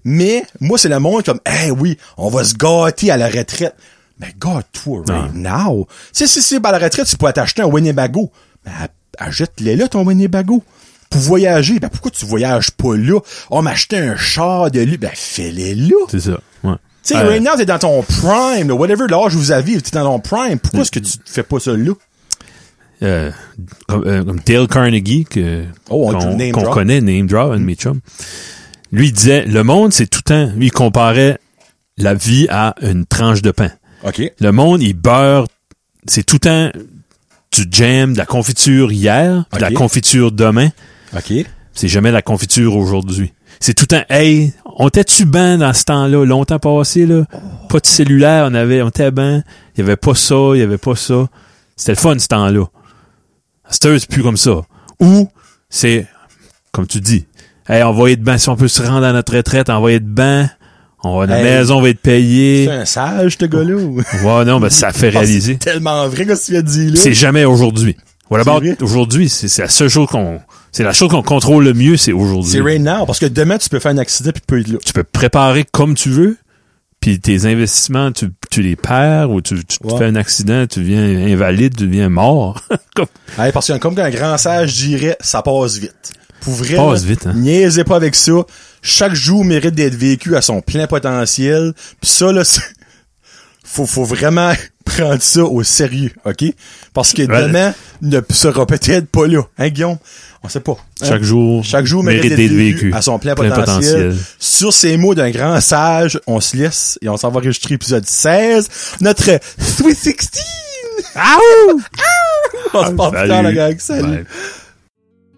S1: Mais moi, c'est le monde comme, eh oui, on va se gâter à la retraite. Mais gâte-toi right now. Tu sais, si c'est à la retraite, tu pourrais t'acheter un Winnebago. Ben, achète-le là, ton Winnebago. Pour voyager, ben pourquoi tu voyages pas là? On m'a acheté un char de lui, ben fais-le là. Tu
S2: C'est ça. Ouais.
S1: sais,
S2: Euh,
S1: right now, t'es dans ton prime, là, whatever l'âge vous avez, t'es dans ton prime. Pourquoi est-ce que tu fais pas ça là?
S2: euh, comme, euh, comme Dale Carnegie, que,
S1: Oh, on
S2: qu'on,
S1: dit name
S2: qu'on
S1: drop. Mhm.
S2: connaît, Name Drop, un de mes chums, lui il disait, le monde, c'est tout un... Lui, il comparait la vie à une tranche de pain.
S1: OK.
S2: Le monde, il beurre, c'est tout un du jam, de la confiture hier, puis de
S1: Ok.
S2: la confiture demain.
S1: OK.
S2: C'est jamais la confiture aujourd'hui. C'est tout un hey, on était-tu ben dans ce temps-là, longtemps passé, là? Pas de cellulaire, on avait, on était ben, il y avait pas ça, il y avait pas ça. C'était le fun ce temps-là. À cette heure, c'est plus comme ça. Ou c'est comme tu dis, hey, on va être ben, si on peut se rendre à notre retraite, on va être ben, on va à la
S1: Hey.
S2: maison, on va être payé.
S1: C'est un sage, ce gars-là. ou-
S2: Ouais, non, ben ça fait réaliser.
S1: C'est tellement vrai que ce qu'il a dit là.
S2: Puis C'est jamais aujourd'hui. What
S1: C'est
S2: about
S1: vrai.
S2: aujourd'hui? C'est c'est la seule chose qu'on, c'est la chose qu'on contrôle le mieux, c'est aujourd'hui.
S1: C'est right now, parce que demain, tu peux faire un accident puis tu peux être là.
S2: Tu peux préparer comme tu veux, puis tes investissements, tu, tu les perds ou tu, tu te
S1: Ouais.
S2: fais un accident, tu deviens invalide, tu deviens mort. Comme-
S1: Ouais, parce que comme qu'un grand sage dirait, ça passe vite. Pour vrai,
S2: Passe
S1: là,
S2: vite, hein.
S1: niaisez pas avec ça. Chaque jour mérite d'être vécu à son plein potentiel. Puis ça, là, c'est- faut, faut vraiment prendre ça au sérieux, OK? Parce que
S2: Ouais.
S1: demain ne sera peut-être pas là. Hein, Guillaume? On sait pas. hein?
S2: Chaque jour,
S1: Chaque jour mérite, d'être vécu, à son plein, potentiel. Sur ces mots d'un grand sage, on se laisse et on s'en va enregistrer épisode 16, notre Sweet 16! On
S2: Ah,
S1: se parle Ah, plus tard, la gang. Salut!
S2: Bye.